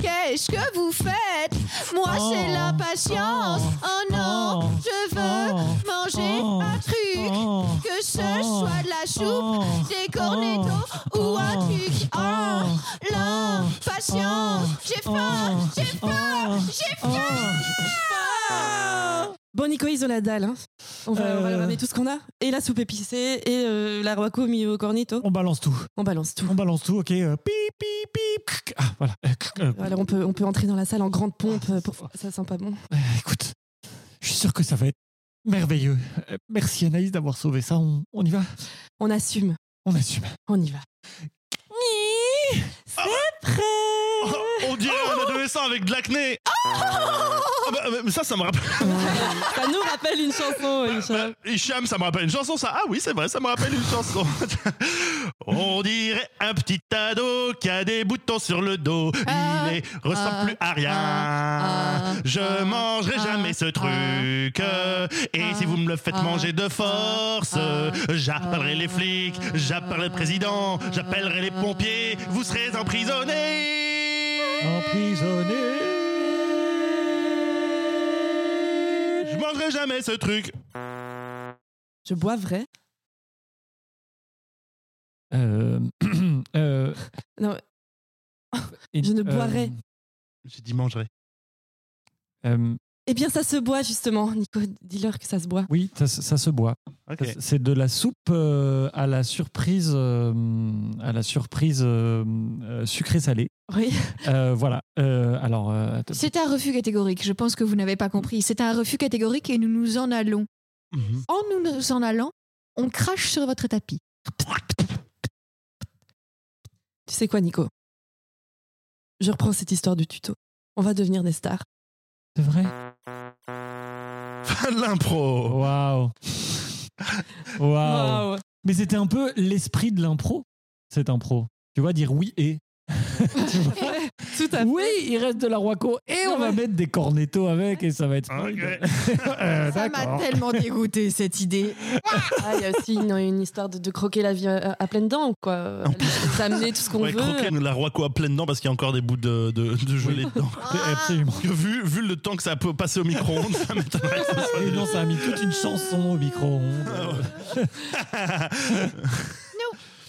[SPEAKER 4] Qu'est-ce que vous faites Moi, c'est
[SPEAKER 3] Oh,
[SPEAKER 4] l'impatience.
[SPEAKER 3] oh,
[SPEAKER 4] Oh, non,
[SPEAKER 3] oh,
[SPEAKER 4] je veux
[SPEAKER 3] Oh,
[SPEAKER 4] manger
[SPEAKER 3] oh,
[SPEAKER 4] un truc.
[SPEAKER 3] oh,
[SPEAKER 4] Que ce
[SPEAKER 3] oh,
[SPEAKER 4] soit de la soupe,
[SPEAKER 3] oh,
[SPEAKER 4] des cornettos ou un
[SPEAKER 3] oh,
[SPEAKER 4] truc. Oh,
[SPEAKER 3] oh,
[SPEAKER 4] l'impatience.
[SPEAKER 3] oh,
[SPEAKER 4] J'ai
[SPEAKER 3] oh,
[SPEAKER 4] faim. J'ai
[SPEAKER 3] oh,
[SPEAKER 4] faim. J'ai
[SPEAKER 3] oh.
[SPEAKER 2] Bon, Nico, ils ont la dalle. Hein. On, va, on va leur
[SPEAKER 3] Euh.
[SPEAKER 2] amener tout ce qu'on a. Et la soupe épicée, et euh, la roaco mis au cornetto.
[SPEAKER 3] On balance tout.
[SPEAKER 2] On balance tout.
[SPEAKER 3] On balance tout, ok. euh, pip, pip, pip. cric, Ah, voilà. euh, cric, euh,
[SPEAKER 2] Voilà, on peut, on peut entrer dans la salle en grande pompe. euh, Pour... Ça sent pas bon.
[SPEAKER 3] euh, écoute, je suis sûr que ça va être merveilleux. Euh, Merci Anaïs d'avoir sauvé ça. On, on y va
[SPEAKER 2] On assume.
[SPEAKER 3] On assume.
[SPEAKER 2] On y va. C'est
[SPEAKER 1] Ah Oh,
[SPEAKER 2] prêt
[SPEAKER 1] on dirait un adolescent avec de l'acné. Ah bah, mais ça, ça me rappelle.
[SPEAKER 2] Ça nous rappelle une chanson, une chanson.
[SPEAKER 1] Bah, Hicham, ça me rappelle une chanson, ça. Ah oui, c'est vrai, ça me rappelle une chanson. On dirait un petit ado qui a des boutons sur le dos.
[SPEAKER 4] Ah,
[SPEAKER 1] Il ne ressemble
[SPEAKER 4] ah,
[SPEAKER 1] plus à rien.
[SPEAKER 4] ah,
[SPEAKER 1] Je
[SPEAKER 4] ah,
[SPEAKER 1] mangerai
[SPEAKER 4] ah,
[SPEAKER 1] jamais ce truc.
[SPEAKER 4] ah,
[SPEAKER 1] Et
[SPEAKER 4] ah,
[SPEAKER 1] si vous me le faites
[SPEAKER 4] ah,
[SPEAKER 1] manger de force,
[SPEAKER 4] ah,
[SPEAKER 1] j'appellerai
[SPEAKER 4] ah,
[SPEAKER 1] les flics, j'appellerai le président, j'appellerai les pompiers. Vous serez emprisonnés.
[SPEAKER 3] Emprisonné.
[SPEAKER 1] Je mangerai jamais ce truc.
[SPEAKER 2] Je bois vrai.
[SPEAKER 3] Euh, [CLEARS THROAT] euh,
[SPEAKER 2] Non,
[SPEAKER 3] et-
[SPEAKER 2] Je ne
[SPEAKER 3] euh,
[SPEAKER 2] boirai.
[SPEAKER 1] J'ai dit mangerai.
[SPEAKER 3] euh,
[SPEAKER 2] Eh bien, ça se boit justement, Nico. Dis-leur que ça se boit.
[SPEAKER 3] Oui, ça, ça se boit.
[SPEAKER 1] Ok.
[SPEAKER 3] Ça, C'est de la soupe euh, à la surprise, euh, à la surprise euh, euh, sucrée-salée.
[SPEAKER 2] Oui.
[SPEAKER 3] Euh, voilà. Euh, alors, euh, attends.
[SPEAKER 4] C'est un refus catégorique, je pense que vous n'avez pas compris. C'est un refus catégorique et nous nous en allons.
[SPEAKER 1] Mhm. [LAUGHS]
[SPEAKER 4] En nous en allant, on crache sur votre tapis.
[SPEAKER 2] Tu sais quoi, Nico Je reprends cette histoire du tuto. On va devenir des stars.
[SPEAKER 3] c'est vrai.
[SPEAKER 1] Fin de l'impro.
[SPEAKER 3] Waouh. Waouh. Mais c'était un peu l'esprit de l'impro, cette impro. Tu vois, dire oui et. [LAUGHS] Tu vois
[SPEAKER 2] Tout à fait.
[SPEAKER 3] oui, il reste de la Roaco et on
[SPEAKER 2] Ouais.
[SPEAKER 3] va mettre des cornettos avec et ça va être.
[SPEAKER 1] Ok.
[SPEAKER 3] Euh,
[SPEAKER 4] Ça m'a
[SPEAKER 3] d'accord.
[SPEAKER 4] tellement
[SPEAKER 3] [LAUGHS]
[SPEAKER 4] dégoûté cette idée.
[SPEAKER 2] Ah, il y a aussi une, une histoire de, de croquer la vie euh, à, à pleines dents, quoi. S'amener tout ce qu'on
[SPEAKER 1] Ouais,
[SPEAKER 2] veut.
[SPEAKER 1] croquer la roi à pleine dedans parce qu'il y a encore des bouts de, de, de gelée dedans.
[SPEAKER 3] [LAUGHS]
[SPEAKER 4] Ah.
[SPEAKER 3] Absolument.
[SPEAKER 1] Que vu, vu le temps que ça peut passer au micro-ondes, ça m'étonnerait que ça soit Ah,
[SPEAKER 3] Et
[SPEAKER 1] déjà-
[SPEAKER 3] non, ça a mis toute une chanson au micro. De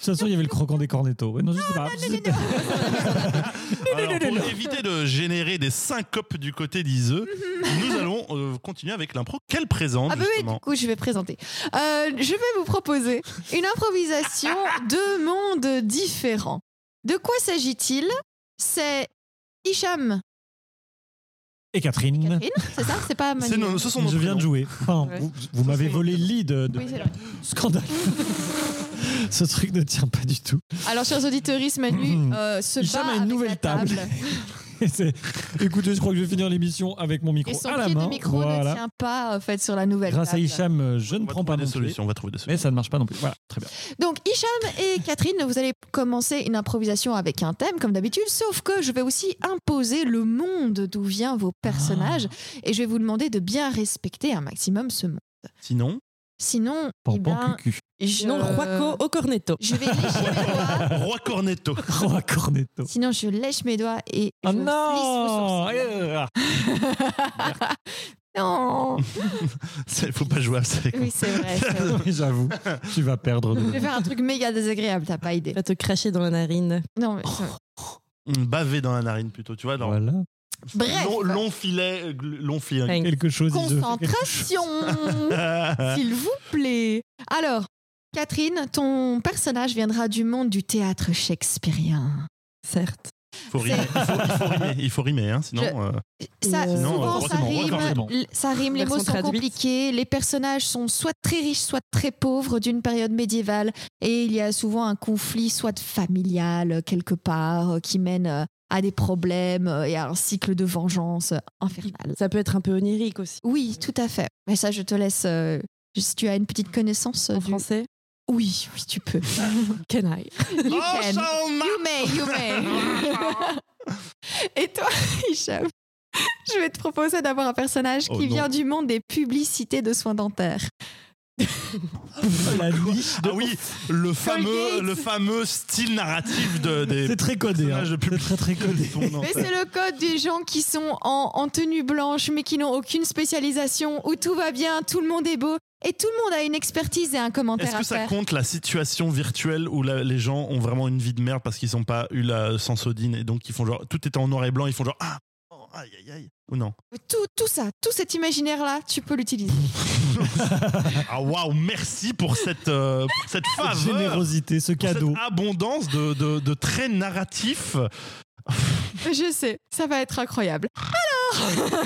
[SPEAKER 3] toute façon, il y avait le croquant des cornettos. Ouais, non, je sais pas.
[SPEAKER 1] Alors, pour éviter de générer des syncopes du côté d'Iseux,
[SPEAKER 3] Mhm.
[SPEAKER 1] nous allons euh, continuer avec l'impro qu'elle présente
[SPEAKER 4] Ah bah oui,
[SPEAKER 1] justement.
[SPEAKER 4] du coup, je vais présenter. Euh, je vais vous proposer une [LAUGHS] improvisation de mondes différents. De quoi s'agit-il C'est Hicham
[SPEAKER 3] Et Catherine,
[SPEAKER 4] Catherine, c'est ça C'est pas
[SPEAKER 1] C'est
[SPEAKER 4] Manu.
[SPEAKER 1] nos- ce sont nos
[SPEAKER 3] je
[SPEAKER 1] prénoms.
[SPEAKER 3] viens de jouer. Enfin,
[SPEAKER 2] Ouais.
[SPEAKER 3] vous vous m'avez volé le lead. De...
[SPEAKER 4] Oui, c'est vrai.
[SPEAKER 3] Scandale. [LAUGHS] Ce truc ne tient pas du tout.
[SPEAKER 4] Alors, chers auditeurs, Manu euh, se
[SPEAKER 3] Hicham
[SPEAKER 4] bat
[SPEAKER 3] a Mhm. une
[SPEAKER 4] avec
[SPEAKER 3] nouvelle
[SPEAKER 4] la
[SPEAKER 3] table. Et c'est- Écoutez, je crois que je vais finir l'émission avec mon [LAUGHS] micro
[SPEAKER 4] [LAUGHS] Et son
[SPEAKER 3] à la
[SPEAKER 4] pied
[SPEAKER 3] main.
[SPEAKER 4] de micro ne
[SPEAKER 3] Voilà.
[SPEAKER 4] tient pas en fait sur la nouvelle
[SPEAKER 3] Grâce à
[SPEAKER 4] table.
[SPEAKER 3] Hicham, euh, je
[SPEAKER 1] On
[SPEAKER 3] ne
[SPEAKER 1] va
[SPEAKER 3] prends
[SPEAKER 1] trouver
[SPEAKER 3] pas
[SPEAKER 1] des
[SPEAKER 3] mon pied.
[SPEAKER 1] solutions. On va trouver des solutions.
[SPEAKER 3] Mais ça ne marche pas non plus. Voilà, très bien.
[SPEAKER 4] Donc Hicham et Catherine, vous allez commencer une improvisation avec un thème comme d'habitude, sauf que je vais aussi imposer le monde d'où viennent vos personnages
[SPEAKER 3] Ah.
[SPEAKER 4] et je vais vous demander de bien respecter un maximum ce monde.
[SPEAKER 1] Sinon,
[SPEAKER 4] Sinon, eh
[SPEAKER 3] Pan, pan,
[SPEAKER 4] ben,
[SPEAKER 3] cucu. [LAUGHS]
[SPEAKER 4] je...
[SPEAKER 2] Sinon,
[SPEAKER 1] Euh,
[SPEAKER 2] Roaco au cornetto.
[SPEAKER 4] Je vais lécher mes
[SPEAKER 3] [LAUGHS]
[SPEAKER 4] doigts.
[SPEAKER 1] roi cornetto. [LAUGHS]
[SPEAKER 3] Oh, cornetto.
[SPEAKER 4] Sinon, je lèche mes doigts et je
[SPEAKER 3] Oh
[SPEAKER 4] plisse vos
[SPEAKER 3] non
[SPEAKER 4] sourcils.
[SPEAKER 3] Euh, [LAUGHS]
[SPEAKER 4] Non
[SPEAKER 1] Il faut pas jouer à ça.
[SPEAKER 4] Oui, c'est vrai. c'est vrai.
[SPEAKER 3] [LAUGHS] Oui, Eh, ah, J'avoue, tu vas perdre.
[SPEAKER 4] Je
[SPEAKER 3] De...
[SPEAKER 4] vais faire un truc méga désagréable, t'as pas idée.
[SPEAKER 2] Va te cracher dans la narine.
[SPEAKER 4] Non, mais c'est vrai.
[SPEAKER 1] Baver dans la narine plutôt, tu vois. genre,
[SPEAKER 3] Voilà.
[SPEAKER 4] Bref.
[SPEAKER 1] long, long filet, euh, gl- long filet.
[SPEAKER 2] Frank.
[SPEAKER 3] Quelque chose. Iso.
[SPEAKER 4] Concentration
[SPEAKER 3] Euh,
[SPEAKER 4] S'il vous plaît. Alors, Catherine, ton personnage viendra du monde du théâtre shakespearien.
[SPEAKER 2] Certes.
[SPEAKER 1] faut rimer. Il, faut, il faut rimer. Il faut rimer, hein, sinon.
[SPEAKER 4] Je-
[SPEAKER 1] euh,
[SPEAKER 4] Ça,
[SPEAKER 2] euh,
[SPEAKER 1] Non,
[SPEAKER 4] souvent, ça
[SPEAKER 1] forcément,
[SPEAKER 4] rime,
[SPEAKER 3] forcément.
[SPEAKER 4] l- ça rime, les mots
[SPEAKER 2] Version
[SPEAKER 4] sont
[SPEAKER 2] traduite.
[SPEAKER 4] compliqués, les personnages sont soit très riches, soit très pauvres d'une période médiévale, et il y a souvent un conflit, soit familial euh, quelque part, euh, qui mène euh, à des problèmes euh, et à un cycle de vengeance euh, infernal.
[SPEAKER 2] Ça peut être un peu onirique aussi.
[SPEAKER 4] Oui, tout à fait. Mais ça, je te laisse. euh, si tu as une petite connaissance euh,
[SPEAKER 2] En
[SPEAKER 4] du-
[SPEAKER 2] français.
[SPEAKER 4] Oui, oui, tu peux.
[SPEAKER 2] [LAUGHS] Can I
[SPEAKER 4] You
[SPEAKER 1] Oh,
[SPEAKER 4] can.
[SPEAKER 1] ça, on m'a-
[SPEAKER 4] You may, you may. [LAUGHS] Et toi, Hicham, je vais te proposer d'avoir un personnage
[SPEAKER 1] Oh
[SPEAKER 4] qui
[SPEAKER 1] non.
[SPEAKER 4] vient du monde des publicités de soins dentaires.
[SPEAKER 3] La niche [LAUGHS] de-
[SPEAKER 1] Ah oui, le fameux,
[SPEAKER 4] Colgate.
[SPEAKER 1] le fameux style narratif de, des
[SPEAKER 3] C'est très codé. hein.
[SPEAKER 1] personnages de
[SPEAKER 3] C'est très très codé. [LAUGHS]
[SPEAKER 4] Mais c'est le code des gens qui sont en, en tenue blanche mais qui n'ont aucune spécialisation, où tout va bien, tout le monde est beau et tout le monde a une expertise et un
[SPEAKER 1] Est-ce
[SPEAKER 4] commentaire
[SPEAKER 1] que
[SPEAKER 4] à
[SPEAKER 1] ça
[SPEAKER 4] faire.
[SPEAKER 1] compte la situation virtuelle où la- les gens ont vraiment une vie de merde parce qu'ils n'ont pas eu la sensodine et donc ils font genre tout est en noir et blanc, ils font genre ah oh, aïe aïe aïe ou non
[SPEAKER 4] Tout, tout ça, tout cet imaginaire-là, tu peux l'utiliser.
[SPEAKER 1] ah waouh merci pour cette euh, pour cette
[SPEAKER 3] Cette
[SPEAKER 1] faveur
[SPEAKER 3] générosité, ce
[SPEAKER 1] pour
[SPEAKER 3] cadeau.
[SPEAKER 1] cette abondance de, de, de traits narratifs
[SPEAKER 4] Je sais, ça va être incroyable. Alors [LAUGHS]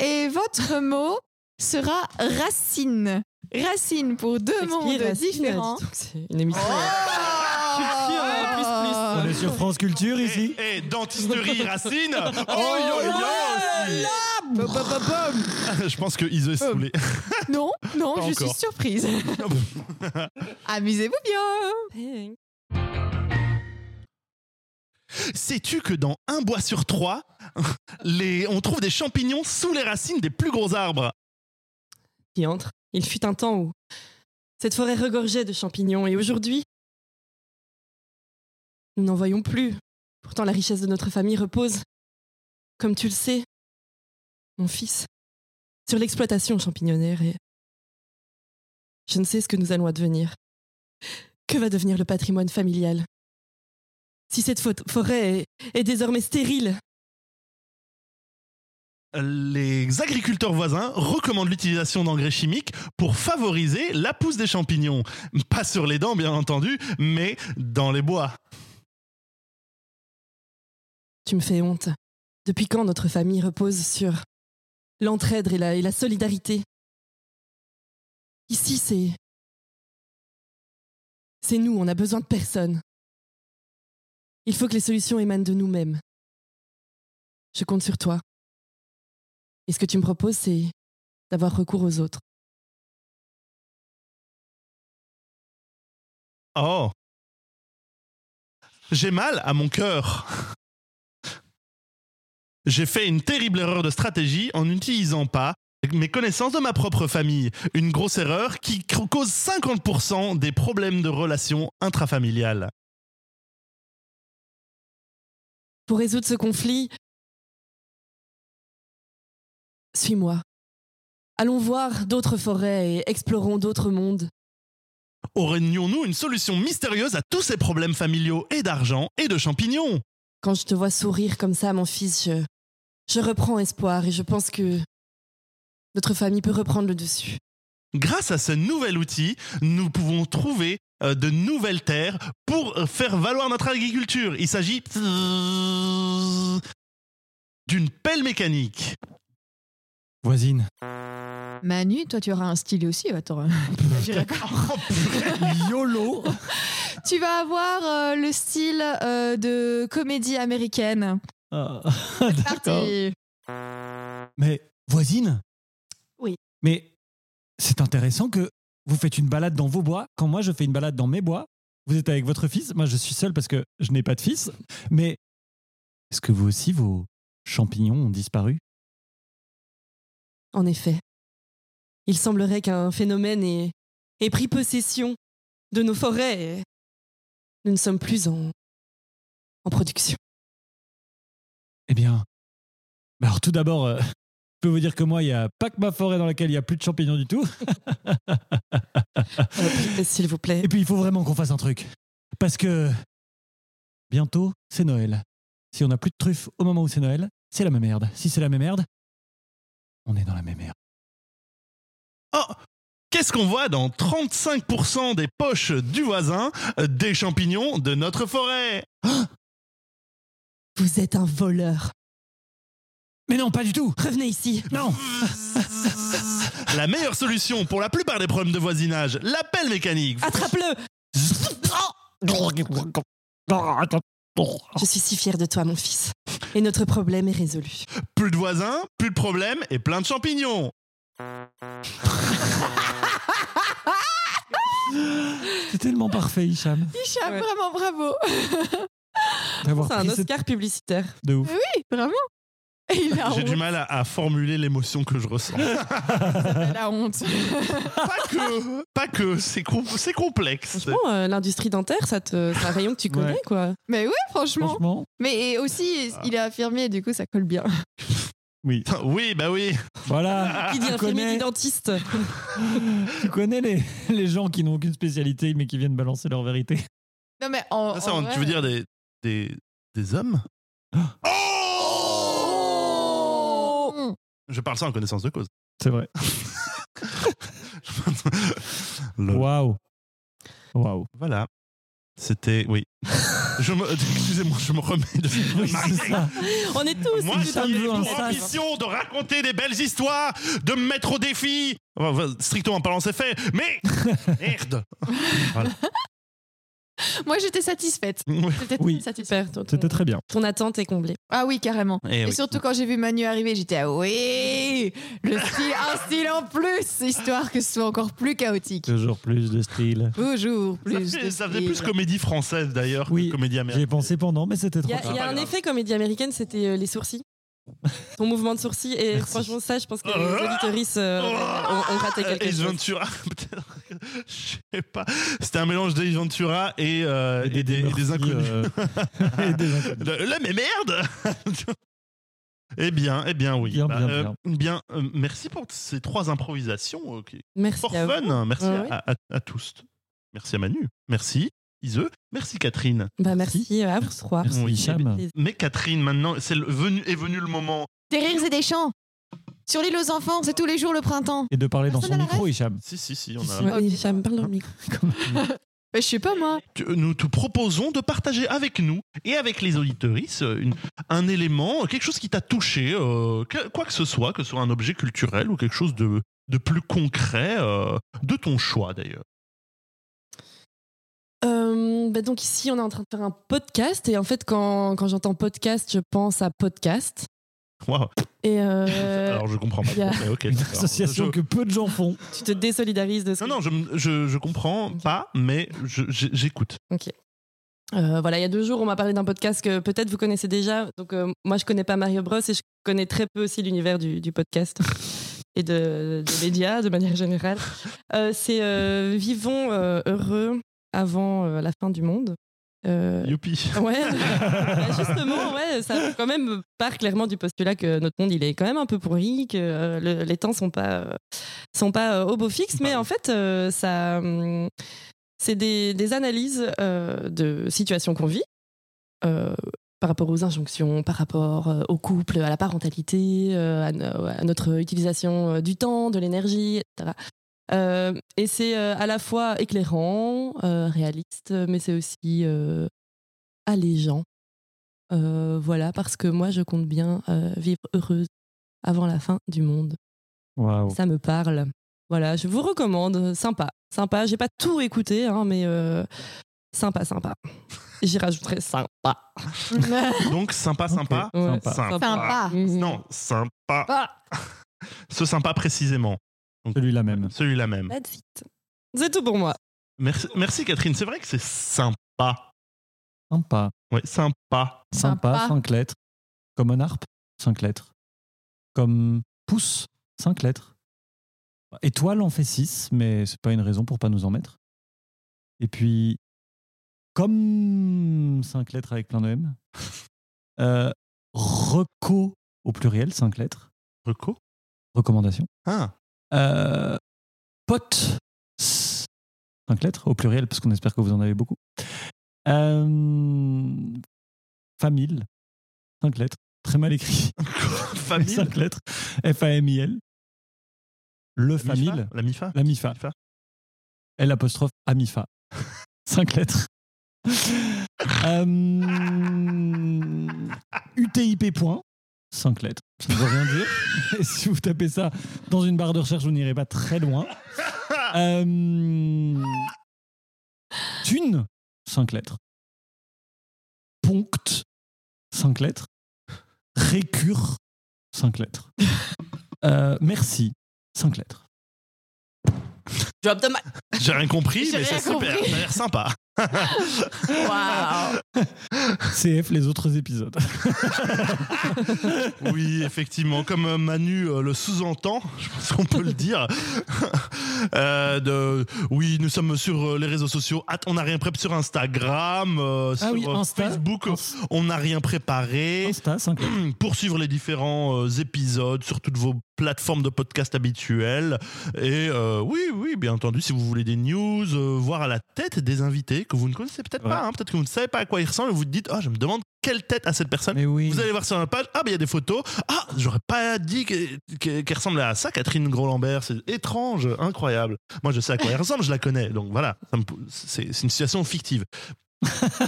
[SPEAKER 4] Et votre mot sera racine. Racine pour deux mondes
[SPEAKER 2] Shakespeare, Racine,
[SPEAKER 4] différents.
[SPEAKER 2] dis donc, C'est une émission. euh,
[SPEAKER 4] hein,
[SPEAKER 1] Ah,
[SPEAKER 4] Ah
[SPEAKER 3] On est sur France Culture
[SPEAKER 1] [LAUGHS]
[SPEAKER 3] ici.
[SPEAKER 1] et, et [LAUGHS] dentisterie racine oh yo yo
[SPEAKER 4] Bam, bam, bam,
[SPEAKER 1] [LAUGHS]
[SPEAKER 4] bam.
[SPEAKER 1] je pense que Ise est saoulée
[SPEAKER 4] [LAUGHS] Non, non,
[SPEAKER 1] Pas
[SPEAKER 4] je
[SPEAKER 1] encore.
[SPEAKER 4] suis surprise. [LAUGHS]
[SPEAKER 1] Oh.
[SPEAKER 4] Amusez-vous bien.
[SPEAKER 2] Thanks.
[SPEAKER 1] Sais-tu que dans un bois sur trois, les, on trouve des champignons sous les racines des plus gros arbres
[SPEAKER 2] Qui entre. Il fut un temps où cette forêt regorgeait de champignons et aujourd'hui, nous n'en voyons plus. Pourtant, la richesse de notre famille repose, comme tu le sais, mon fils, sur l'exploitation champignonnaire et je ne sais ce que nous allons advenir. Que va devenir le patrimoine familial si cette faute- forêt est- est désormais stérile
[SPEAKER 1] les agriculteurs voisins recommandent l'utilisation d'engrais chimiques pour favoriser la pousse des champignons. Pas sur les dents, bien entendu, mais dans les bois.
[SPEAKER 2] Tu me fais honte. Depuis quand notre famille repose sur l'entraide et la, et la solidarité Ici, c'est. C'est nous, on a besoin de personne. Il faut que les solutions émanent de nous-mêmes. Je compte sur toi. Et ce que tu me proposes, c'est d'avoir recours aux autres.
[SPEAKER 1] Oh J'ai mal à mon cœur J'ai fait une terrible erreur de stratégie en n'utilisant pas mes connaissances de ma propre famille. Une grosse erreur qui cause 50% des problèmes de relations intrafamiliales.
[SPEAKER 2] Pour résoudre ce conflit, suis-moi. Allons voir d'autres forêts et explorons d'autres mondes.
[SPEAKER 1] Aurions-nous une solution mystérieuse à tous ces problèmes familiaux et d'argent et de champignons
[SPEAKER 2] Quand je te vois sourire comme ça, mon fils, je, je reprends espoir et je pense que notre famille peut reprendre le dessus.
[SPEAKER 1] Grâce à ce nouvel outil, nous pouvons trouver euh, de nouvelles terres pour euh, faire valoir notre agriculture. Il s'agit d'une pelle mécanique.
[SPEAKER 3] Voisine.
[SPEAKER 4] Manu, toi, tu auras un stylet aussi. Attends. [LAUGHS] J'irai pas.
[SPEAKER 3] YOLO
[SPEAKER 4] tu vas avoir euh, le style euh, de comédie américaine.
[SPEAKER 3] Ah, d'accord.
[SPEAKER 4] Parti.
[SPEAKER 3] Mais voisine
[SPEAKER 2] Oui.
[SPEAKER 3] Mais c'est intéressant que vous faites une balade dans vos bois quand moi je fais une balade dans mes bois. Vous êtes avec votre fils, moi je suis seul parce que je n'ai pas de fils. Mais est-ce que vous aussi vos champignons ont disparu
[SPEAKER 2] En effet. Il semblerait qu'un phénomène ait, ait pris possession de nos forêts. et Nous ne sommes plus en, en production.
[SPEAKER 3] Eh bien, bah alors tout d'abord, euh, je peux vous dire que moi, il n'y a pas que ma forêt dans laquelle il n'y a plus de champignons du tout.
[SPEAKER 2] Euh, S'il vous plaît.
[SPEAKER 3] Et puis, il faut vraiment qu'on fasse un truc. Parce que bientôt, c'est Noël. Si on n'a plus de truffes au moment où c'est Noël, c'est la même merde. Si c'est la même merde, on est dans la même merde.
[SPEAKER 1] Oh Qu'est-ce qu'on voit dans 35% des poches du voisin euh, des champignons de notre forêt
[SPEAKER 2] Vous êtes un voleur.
[SPEAKER 3] Mais non, pas du tout
[SPEAKER 2] Revenez ici.
[SPEAKER 3] Non
[SPEAKER 1] La meilleure solution pour la plupart des problèmes de voisinage, la pelle mécanique.
[SPEAKER 2] Attrape-le. Je suis si fière de toi, mon fils. Et notre problème est résolu.
[SPEAKER 1] Plus de voisins, plus de problèmes et plein de champignons.
[SPEAKER 3] C'est tellement parfait, Hicham,
[SPEAKER 4] Hicham,
[SPEAKER 2] Ouais.
[SPEAKER 4] vraiment bravo.
[SPEAKER 3] d'avoir
[SPEAKER 2] C'est un
[SPEAKER 3] pris cette
[SPEAKER 2] Oscar publicitaire.
[SPEAKER 3] de ouf.
[SPEAKER 4] Vraiment. Et il
[SPEAKER 2] Ah
[SPEAKER 4] a
[SPEAKER 1] J'ai
[SPEAKER 4] honte.
[SPEAKER 1] du mal à, à formuler l'émotion que je ressens.
[SPEAKER 4] Il a honte.
[SPEAKER 1] pas que, pas que, c'est com- c'est complexe.
[SPEAKER 2] Franchement, euh, l'industrie dentaire, ça te, c'est un rayon que tu connais,
[SPEAKER 3] Ouais.
[SPEAKER 2] quoi.
[SPEAKER 4] Mais oui, franchement. Ah.
[SPEAKER 3] Franchement,
[SPEAKER 4] Mais et aussi, il est affirmé, du coup, ça colle bien.
[SPEAKER 3] oui.
[SPEAKER 1] Oui, bah oui. Ah,
[SPEAKER 3] Voilà.
[SPEAKER 2] Qui dit
[SPEAKER 3] tu,
[SPEAKER 2] infirmier,
[SPEAKER 3] connais,
[SPEAKER 2] dit dentiste. [LAUGHS]
[SPEAKER 3] [LAUGHS] tu connais les, les gens qui n'ont aucune spécialité mais qui viennent balancer leur vérité.
[SPEAKER 4] Non, mais en.
[SPEAKER 1] Ah, ça,
[SPEAKER 4] en
[SPEAKER 1] on-
[SPEAKER 4] vrai-
[SPEAKER 1] tu veux dire des, des, des hommes
[SPEAKER 4] Oh Mm.
[SPEAKER 1] Je parle ça en connaissance de cause. [LAUGHS]
[SPEAKER 3] C'est vrai.
[SPEAKER 1] Le-
[SPEAKER 3] Waouh. Waouh.
[SPEAKER 1] Voilà. C'était.
[SPEAKER 3] [LAUGHS]
[SPEAKER 1] Oui. Je me- Excusez-moi, je me remets de.
[SPEAKER 3] C'est ça.
[SPEAKER 2] On est tous.
[SPEAKER 1] Moi,
[SPEAKER 3] c'est
[SPEAKER 1] j'ai
[SPEAKER 3] ça,
[SPEAKER 1] pour
[SPEAKER 3] veut un sas.
[SPEAKER 1] ambition de raconter des belles histoires, de me mettre au défi. Enfin, enfin, strictement parlant, c'est fait.
[SPEAKER 3] [LAUGHS]
[SPEAKER 1] Mais merde.
[SPEAKER 4] Moi,
[SPEAKER 1] [LAUGHS]
[SPEAKER 4] j'étais satisfaite. J'étais
[SPEAKER 3] Oui.
[SPEAKER 4] très satisfaite.
[SPEAKER 2] Super, ton, ton-
[SPEAKER 3] C'était très bien.
[SPEAKER 2] ton attente est comblée.
[SPEAKER 4] Ah oui, carrément.
[SPEAKER 1] Et
[SPEAKER 3] Eh
[SPEAKER 4] Et
[SPEAKER 1] Eh oui.
[SPEAKER 4] surtout quand j'ai vu Manu arriver, j'étais ah oui, le style,
[SPEAKER 1] [LAUGHS]
[SPEAKER 4] un style en plus, histoire que ce soit encore plus chaotique.
[SPEAKER 3] Toujours plus de style.
[SPEAKER 4] Toujours
[SPEAKER 1] Ça
[SPEAKER 4] plus.
[SPEAKER 1] fait-
[SPEAKER 4] de
[SPEAKER 1] ça faisait
[SPEAKER 4] style.
[SPEAKER 1] plus comédie française d'ailleurs
[SPEAKER 3] Oui,
[SPEAKER 1] que comédie
[SPEAKER 3] J'y ai
[SPEAKER 1] américaine.
[SPEAKER 3] pensé pendant, mais c'était
[SPEAKER 2] Il y
[SPEAKER 3] trop
[SPEAKER 2] a,
[SPEAKER 3] tard.
[SPEAKER 2] il y a
[SPEAKER 1] pas
[SPEAKER 2] un
[SPEAKER 1] grave.
[SPEAKER 2] effet comédie américaine, c'était euh, les sourcils. Ton mouvement de sourcils. Et
[SPEAKER 3] Merci.
[SPEAKER 2] franchement, ça, je pense que
[SPEAKER 1] Oh.
[SPEAKER 2] les auditoristes euh, ont, ont raté quelque
[SPEAKER 1] Euh, Ace
[SPEAKER 2] chose.
[SPEAKER 1] Ventura, [LAUGHS] peut-être. Je sais pas. C'était un mélange d'Ace Ventura et, euh, et des, et des
[SPEAKER 3] meurtriers,
[SPEAKER 1] inconnus. [LAUGHS]
[SPEAKER 3] euh, et des inconnus.
[SPEAKER 1] Le- le- mais merde [LAUGHS] Eh bien, eh bien, oui.
[SPEAKER 3] Bien, bien,
[SPEAKER 1] euh, bien, euh, merci pour ces trois improvisations. ok.
[SPEAKER 2] Merci
[SPEAKER 1] Fort
[SPEAKER 2] à vous.
[SPEAKER 1] fun. Merci
[SPEAKER 2] Ouais, ouais.
[SPEAKER 1] à, à- à tous. Merci à Manu. Merci Iseu. Merci Catherine.
[SPEAKER 2] Bah, merci à vous trois.
[SPEAKER 3] Merci,
[SPEAKER 1] Oui.
[SPEAKER 3] Hicham.
[SPEAKER 1] Mais Catherine, maintenant, c'est le- venu, est venu le moment
[SPEAKER 4] Des rires et des chants. Sur l'île aux enfants, c'est tous les jours le printemps.
[SPEAKER 3] Et de parler dans son
[SPEAKER 4] Personne à la
[SPEAKER 3] micro, Hicham.
[SPEAKER 1] Si, si, si, on
[SPEAKER 2] Si,
[SPEAKER 1] a.
[SPEAKER 2] si, oui, ça me parle dans
[SPEAKER 1] [LAUGHS]
[SPEAKER 2] le micro.
[SPEAKER 4] Mais je sais pas moi.
[SPEAKER 1] Tu- Nous te proposons de partager avec nous et avec les auditorices euh, une- un élément, quelque chose qui t'a touché, euh, que- quoi que ce soit, que ce soit un objet culturel ou quelque chose de, de plus concret, euh, de ton choix d'ailleurs.
[SPEAKER 2] Euh, bah donc ici, on est en train de faire un podcast. Et en fait, quand, quand j'entends podcast, je pense à podcast.
[SPEAKER 1] Waouh.
[SPEAKER 2] Et euh,
[SPEAKER 1] [LAUGHS] Alors je comprends pas.
[SPEAKER 2] y a-
[SPEAKER 1] trop, mais ok,
[SPEAKER 3] Une
[SPEAKER 1] d'accord.
[SPEAKER 3] association
[SPEAKER 1] Je-
[SPEAKER 3] que peu de gens font.
[SPEAKER 2] tu te désolidarises de ce
[SPEAKER 1] Non,
[SPEAKER 2] que
[SPEAKER 1] non, je, me- je, je comprends pas, mais je- je- j'écoute.
[SPEAKER 2] Euh, voilà, il y a deux jours, on m'a parlé d'un podcast que peut-être vous connaissez déjà. Donc, euh, moi, je connais pas Mario Bros et je connais très peu aussi l'univers du, du podcast [LAUGHS] et de, des médias de manière générale. Euh, c'est euh, Vivons euh, heureux avant euh, la fin du monde. Euh,
[SPEAKER 1] Youpi.
[SPEAKER 2] [LAUGHS]
[SPEAKER 1] [LAUGHS]
[SPEAKER 2] Ouais, Bah, justement, ouais, ça quand même part clairement du postulat que notre monde il est quand même un peu pourri, que euh, le- les temps sont pas euh, sont pas euh, au beau fixe, mais en fait euh, ça hum, c'est des, des analyses euh, de situations qu'on vit. euh, par rapport aux injonctions, par rapport euh, au couple, à la parentalité, euh, à, no- à notre utilisation euh, du temps, de l'énergie, etc. Euh, et c'est euh, à la fois éclairant, euh, réaliste, mais c'est aussi euh, allégeant. Euh, voilà, parce que moi, je compte bien euh, vivre heureuse avant la fin du monde.
[SPEAKER 3] Waouh.
[SPEAKER 2] Ça me parle. Voilà, je vous recommande. Sympa, sympa. J'ai pas tout écouté, hein, mais euh, sympa, sympa. J'y rajouterai sympa.
[SPEAKER 1] Donc sympa,
[SPEAKER 3] Ok.
[SPEAKER 1] sympa.
[SPEAKER 2] Ouais,
[SPEAKER 3] Sympa.
[SPEAKER 4] Sympa.
[SPEAKER 2] Mhm.
[SPEAKER 1] Non, sympa.
[SPEAKER 4] Ah.
[SPEAKER 1] Ce sympa précisément.
[SPEAKER 3] Celui-là même.
[SPEAKER 1] Celui-là même.
[SPEAKER 2] That's it. C'est tout pour moi.
[SPEAKER 1] Merci, merci Catherine, c'est vrai que c'est sympa.
[SPEAKER 3] Sympa.
[SPEAKER 1] Ouais, sympa.
[SPEAKER 3] Sympa,
[SPEAKER 4] Sympa.
[SPEAKER 3] 5 lettres. Comme un harpe, 5 lettres. Comme pouce, 5 lettres. Étoile en fait 6, mais c'est pas une raison pour pas nous en mettre. Et puis, comme 5 lettres avec plein de M. [LAUGHS] Euh, reco au pluriel, 5 lettres.
[SPEAKER 1] Reco
[SPEAKER 3] Recommandation.
[SPEAKER 1] Ah,
[SPEAKER 3] Euh, pote, 5 lettres au pluriel, parce qu'on espère que vous en avez beaucoup. Euh, famille, 5 lettres, très mal écrit, [LAUGHS]
[SPEAKER 1] famille.
[SPEAKER 3] 5 lettres, F-A-M-I-L. Le
[SPEAKER 1] La Mifa
[SPEAKER 3] famille,
[SPEAKER 1] La MIFA
[SPEAKER 3] la MIFA, L apostrophe [LAUGHS] AMIFA, 5 lettres. Euh, UTIP point, 5 lettres, ça ne veut rien dire. Et si vous tapez ça dans une barre de recherche, vous n'irez pas très loin. Euh, Thune, 5 lettres. Ponct, 5 lettres. Récure, 5 lettres. Euh, merci, 5 lettres.
[SPEAKER 2] Drop the mic.
[SPEAKER 1] J'ai rien compris, mais
[SPEAKER 4] J'ai rien
[SPEAKER 1] c'est super.
[SPEAKER 4] compris.
[SPEAKER 1] Ça a l'air sympa.
[SPEAKER 4] Waouh.
[SPEAKER 3] CF, les
[SPEAKER 1] [LAUGHS]
[SPEAKER 3] autres épisodes.
[SPEAKER 1] Oui, effectivement. Comme euh, Manu euh, le sous-entend, [LAUGHS] je pense qu'on peut le dire. [LAUGHS] Euh, de, oui, nous sommes sur euh, les réseaux sociaux. At- on n'a rien préparé sur Instagram, euh, sur
[SPEAKER 3] Ah oui,
[SPEAKER 1] euh,
[SPEAKER 3] Insta.
[SPEAKER 1] Facebook.
[SPEAKER 3] Insta.
[SPEAKER 1] On n'a rien préparé.
[SPEAKER 3] Insta, 5 lettres.
[SPEAKER 1] [CLEARS THROAT] pour suivre les différents euh, épisodes sur toutes vos plateformes de podcast habituelles. Et euh, oui, oui, bien entendu, si vous voulez des news, euh, voir à la tête des invités que vous ne connaissez peut-être
[SPEAKER 3] Ouais.
[SPEAKER 1] pas, hein, peut-être que vous ne savez pas à quoi ils ressemblent, et vous vous dites, ah, je me demande quelle tête a cette personne.
[SPEAKER 3] Mais oui.
[SPEAKER 1] Vous allez voir sur la page, ah, ben il y a des photos. Ah, j'aurais pas dit que- que- qu'elle ressemblait à ça, Catherine Gros-Lambert. C'est étrange, incroyable. Moi, je sais à quoi elle ressemble, je la connais. Donc voilà, ça me- c'est c'est une situation
[SPEAKER 3] [LAUGHS]
[SPEAKER 1] fictive.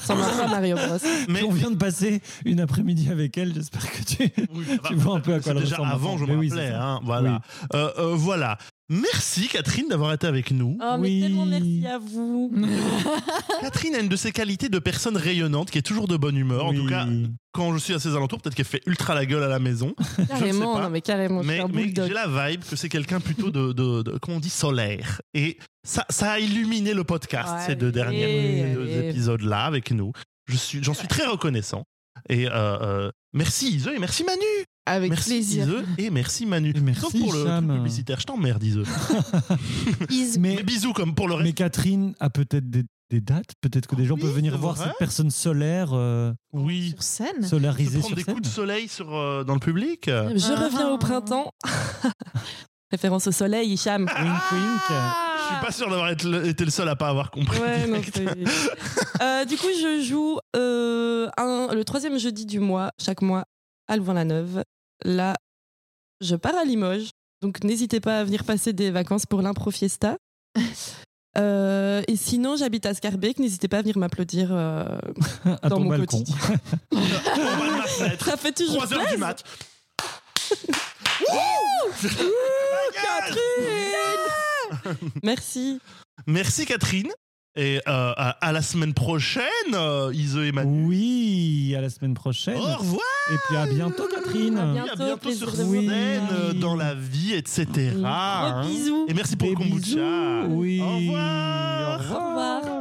[SPEAKER 2] Ça m'a pas Mario Bros.
[SPEAKER 1] Mais
[SPEAKER 3] On vient de passer une après-midi avec elle, j'espère que tu...
[SPEAKER 1] Oui, ça va.
[SPEAKER 3] Tu vois un peu à quoi
[SPEAKER 1] C'est
[SPEAKER 3] elle
[SPEAKER 1] déjà
[SPEAKER 3] ressemble
[SPEAKER 1] avant, je
[SPEAKER 3] maintenant.
[SPEAKER 1] me
[SPEAKER 3] Mais oui,
[SPEAKER 1] rappelais.
[SPEAKER 3] c'est ça.
[SPEAKER 1] hein, voilà. Euh, euh, voilà. Merci Catherine d'avoir été avec
[SPEAKER 2] [LAUGHS]
[SPEAKER 1] nous.
[SPEAKER 2] Oh, mais
[SPEAKER 3] Oui.
[SPEAKER 2] tellement merci à vous.
[SPEAKER 1] Catherine a une de ses qualités de personne rayonnante qui est toujours de bonne humeur. Euh, En
[SPEAKER 3] Oui.
[SPEAKER 1] tout cas, quand je suis à ses alentours, peut-être qu'elle fait ultra la gueule à la maison.
[SPEAKER 2] Carrément,
[SPEAKER 1] pas.
[SPEAKER 2] non, mais carrément. je suis
[SPEAKER 1] mais
[SPEAKER 2] un
[SPEAKER 1] mais
[SPEAKER 2] bulldog.
[SPEAKER 1] j'ai la vibe que c'est quelqu'un plutôt de, de- de- comment on dit, solaire. Et ça, ça a illuminé le podcast
[SPEAKER 2] Ouais,
[SPEAKER 1] ces deux derniers
[SPEAKER 2] allez,
[SPEAKER 1] deux
[SPEAKER 2] allez.
[SPEAKER 1] épisodes-là avec nous. Je suis, j'en suis très reconnaissant. Et euh, euh, merci Iseu et merci Manu.
[SPEAKER 4] Avec
[SPEAKER 1] merci
[SPEAKER 4] plaisir.
[SPEAKER 1] Iseu et merci Manu.
[SPEAKER 3] Et merci,
[SPEAKER 1] Sauf pour le
[SPEAKER 3] Hicham.
[SPEAKER 1] truc publicitaire, je t'emmerde Iseu.
[SPEAKER 3] [LAUGHS]
[SPEAKER 4] Is-
[SPEAKER 1] Des
[SPEAKER 3] Mais,
[SPEAKER 1] bisous comme pour le
[SPEAKER 3] mais
[SPEAKER 1] reste.
[SPEAKER 3] Catherine a peut-être des, des dates, peut-être que des gens
[SPEAKER 1] Ah Oui,
[SPEAKER 3] peuvent venir
[SPEAKER 1] c'est
[SPEAKER 3] voir
[SPEAKER 1] vrai.
[SPEAKER 3] cette personne solaire, euh,
[SPEAKER 1] oui.
[SPEAKER 4] Sur scène.
[SPEAKER 1] Se
[SPEAKER 3] solarisée
[SPEAKER 1] prendre
[SPEAKER 3] sur
[SPEAKER 1] des
[SPEAKER 3] scène.
[SPEAKER 1] coups de soleil sur, euh, dans le public. euh,
[SPEAKER 2] Je reviens
[SPEAKER 4] Ah.
[SPEAKER 2] au printemps. [LAUGHS] Référence au soleil, Hicham.
[SPEAKER 3] Wink,
[SPEAKER 1] Ah
[SPEAKER 3] wink.
[SPEAKER 1] Je
[SPEAKER 4] Ah.
[SPEAKER 1] suis pas sûr d'avoir été le été le seul à pas avoir compris. [LAUGHS]
[SPEAKER 2] Ouais, non,
[SPEAKER 1] direct.
[SPEAKER 2] c'est- Euh, du coup, je joue euh, un- le troisième jeudi du mois, chaque mois, à Louvain-la-Neuve. Là, je pars à Limoges. Donc n'hésitez pas à venir passer des vacances pour l'improfiesta. Euh, et sinon, j'habite à Scarbeck. N'hésitez pas à venir m'applaudir euh,
[SPEAKER 3] à
[SPEAKER 2] dans
[SPEAKER 3] ton
[SPEAKER 2] mon
[SPEAKER 3] balcon.
[SPEAKER 2] quotidien. [LAUGHS] Ça fait toujours
[SPEAKER 1] 3 heures du
[SPEAKER 2] plaisir.
[SPEAKER 1] mat.
[SPEAKER 2] Catherine Merci.
[SPEAKER 1] Merci Catherine. Et euh, à, à la semaine prochaine, euh, Ise et Manu.
[SPEAKER 3] Oui, à la semaine prochaine.
[SPEAKER 1] Au revoir.
[SPEAKER 3] Et puis à bientôt, Catherine.
[SPEAKER 2] À
[SPEAKER 1] à bientôt
[SPEAKER 2] plaisir
[SPEAKER 1] sur
[SPEAKER 2] de vous
[SPEAKER 1] scène, euh,
[SPEAKER 3] Oui.
[SPEAKER 1] dans la vie, etc.
[SPEAKER 2] Gros
[SPEAKER 1] hein.
[SPEAKER 2] bisous.
[SPEAKER 1] Et merci pour
[SPEAKER 3] Des
[SPEAKER 1] le kombucha.
[SPEAKER 3] bisous. Oui.
[SPEAKER 1] Au revoir.
[SPEAKER 3] Au
[SPEAKER 2] Au revoir.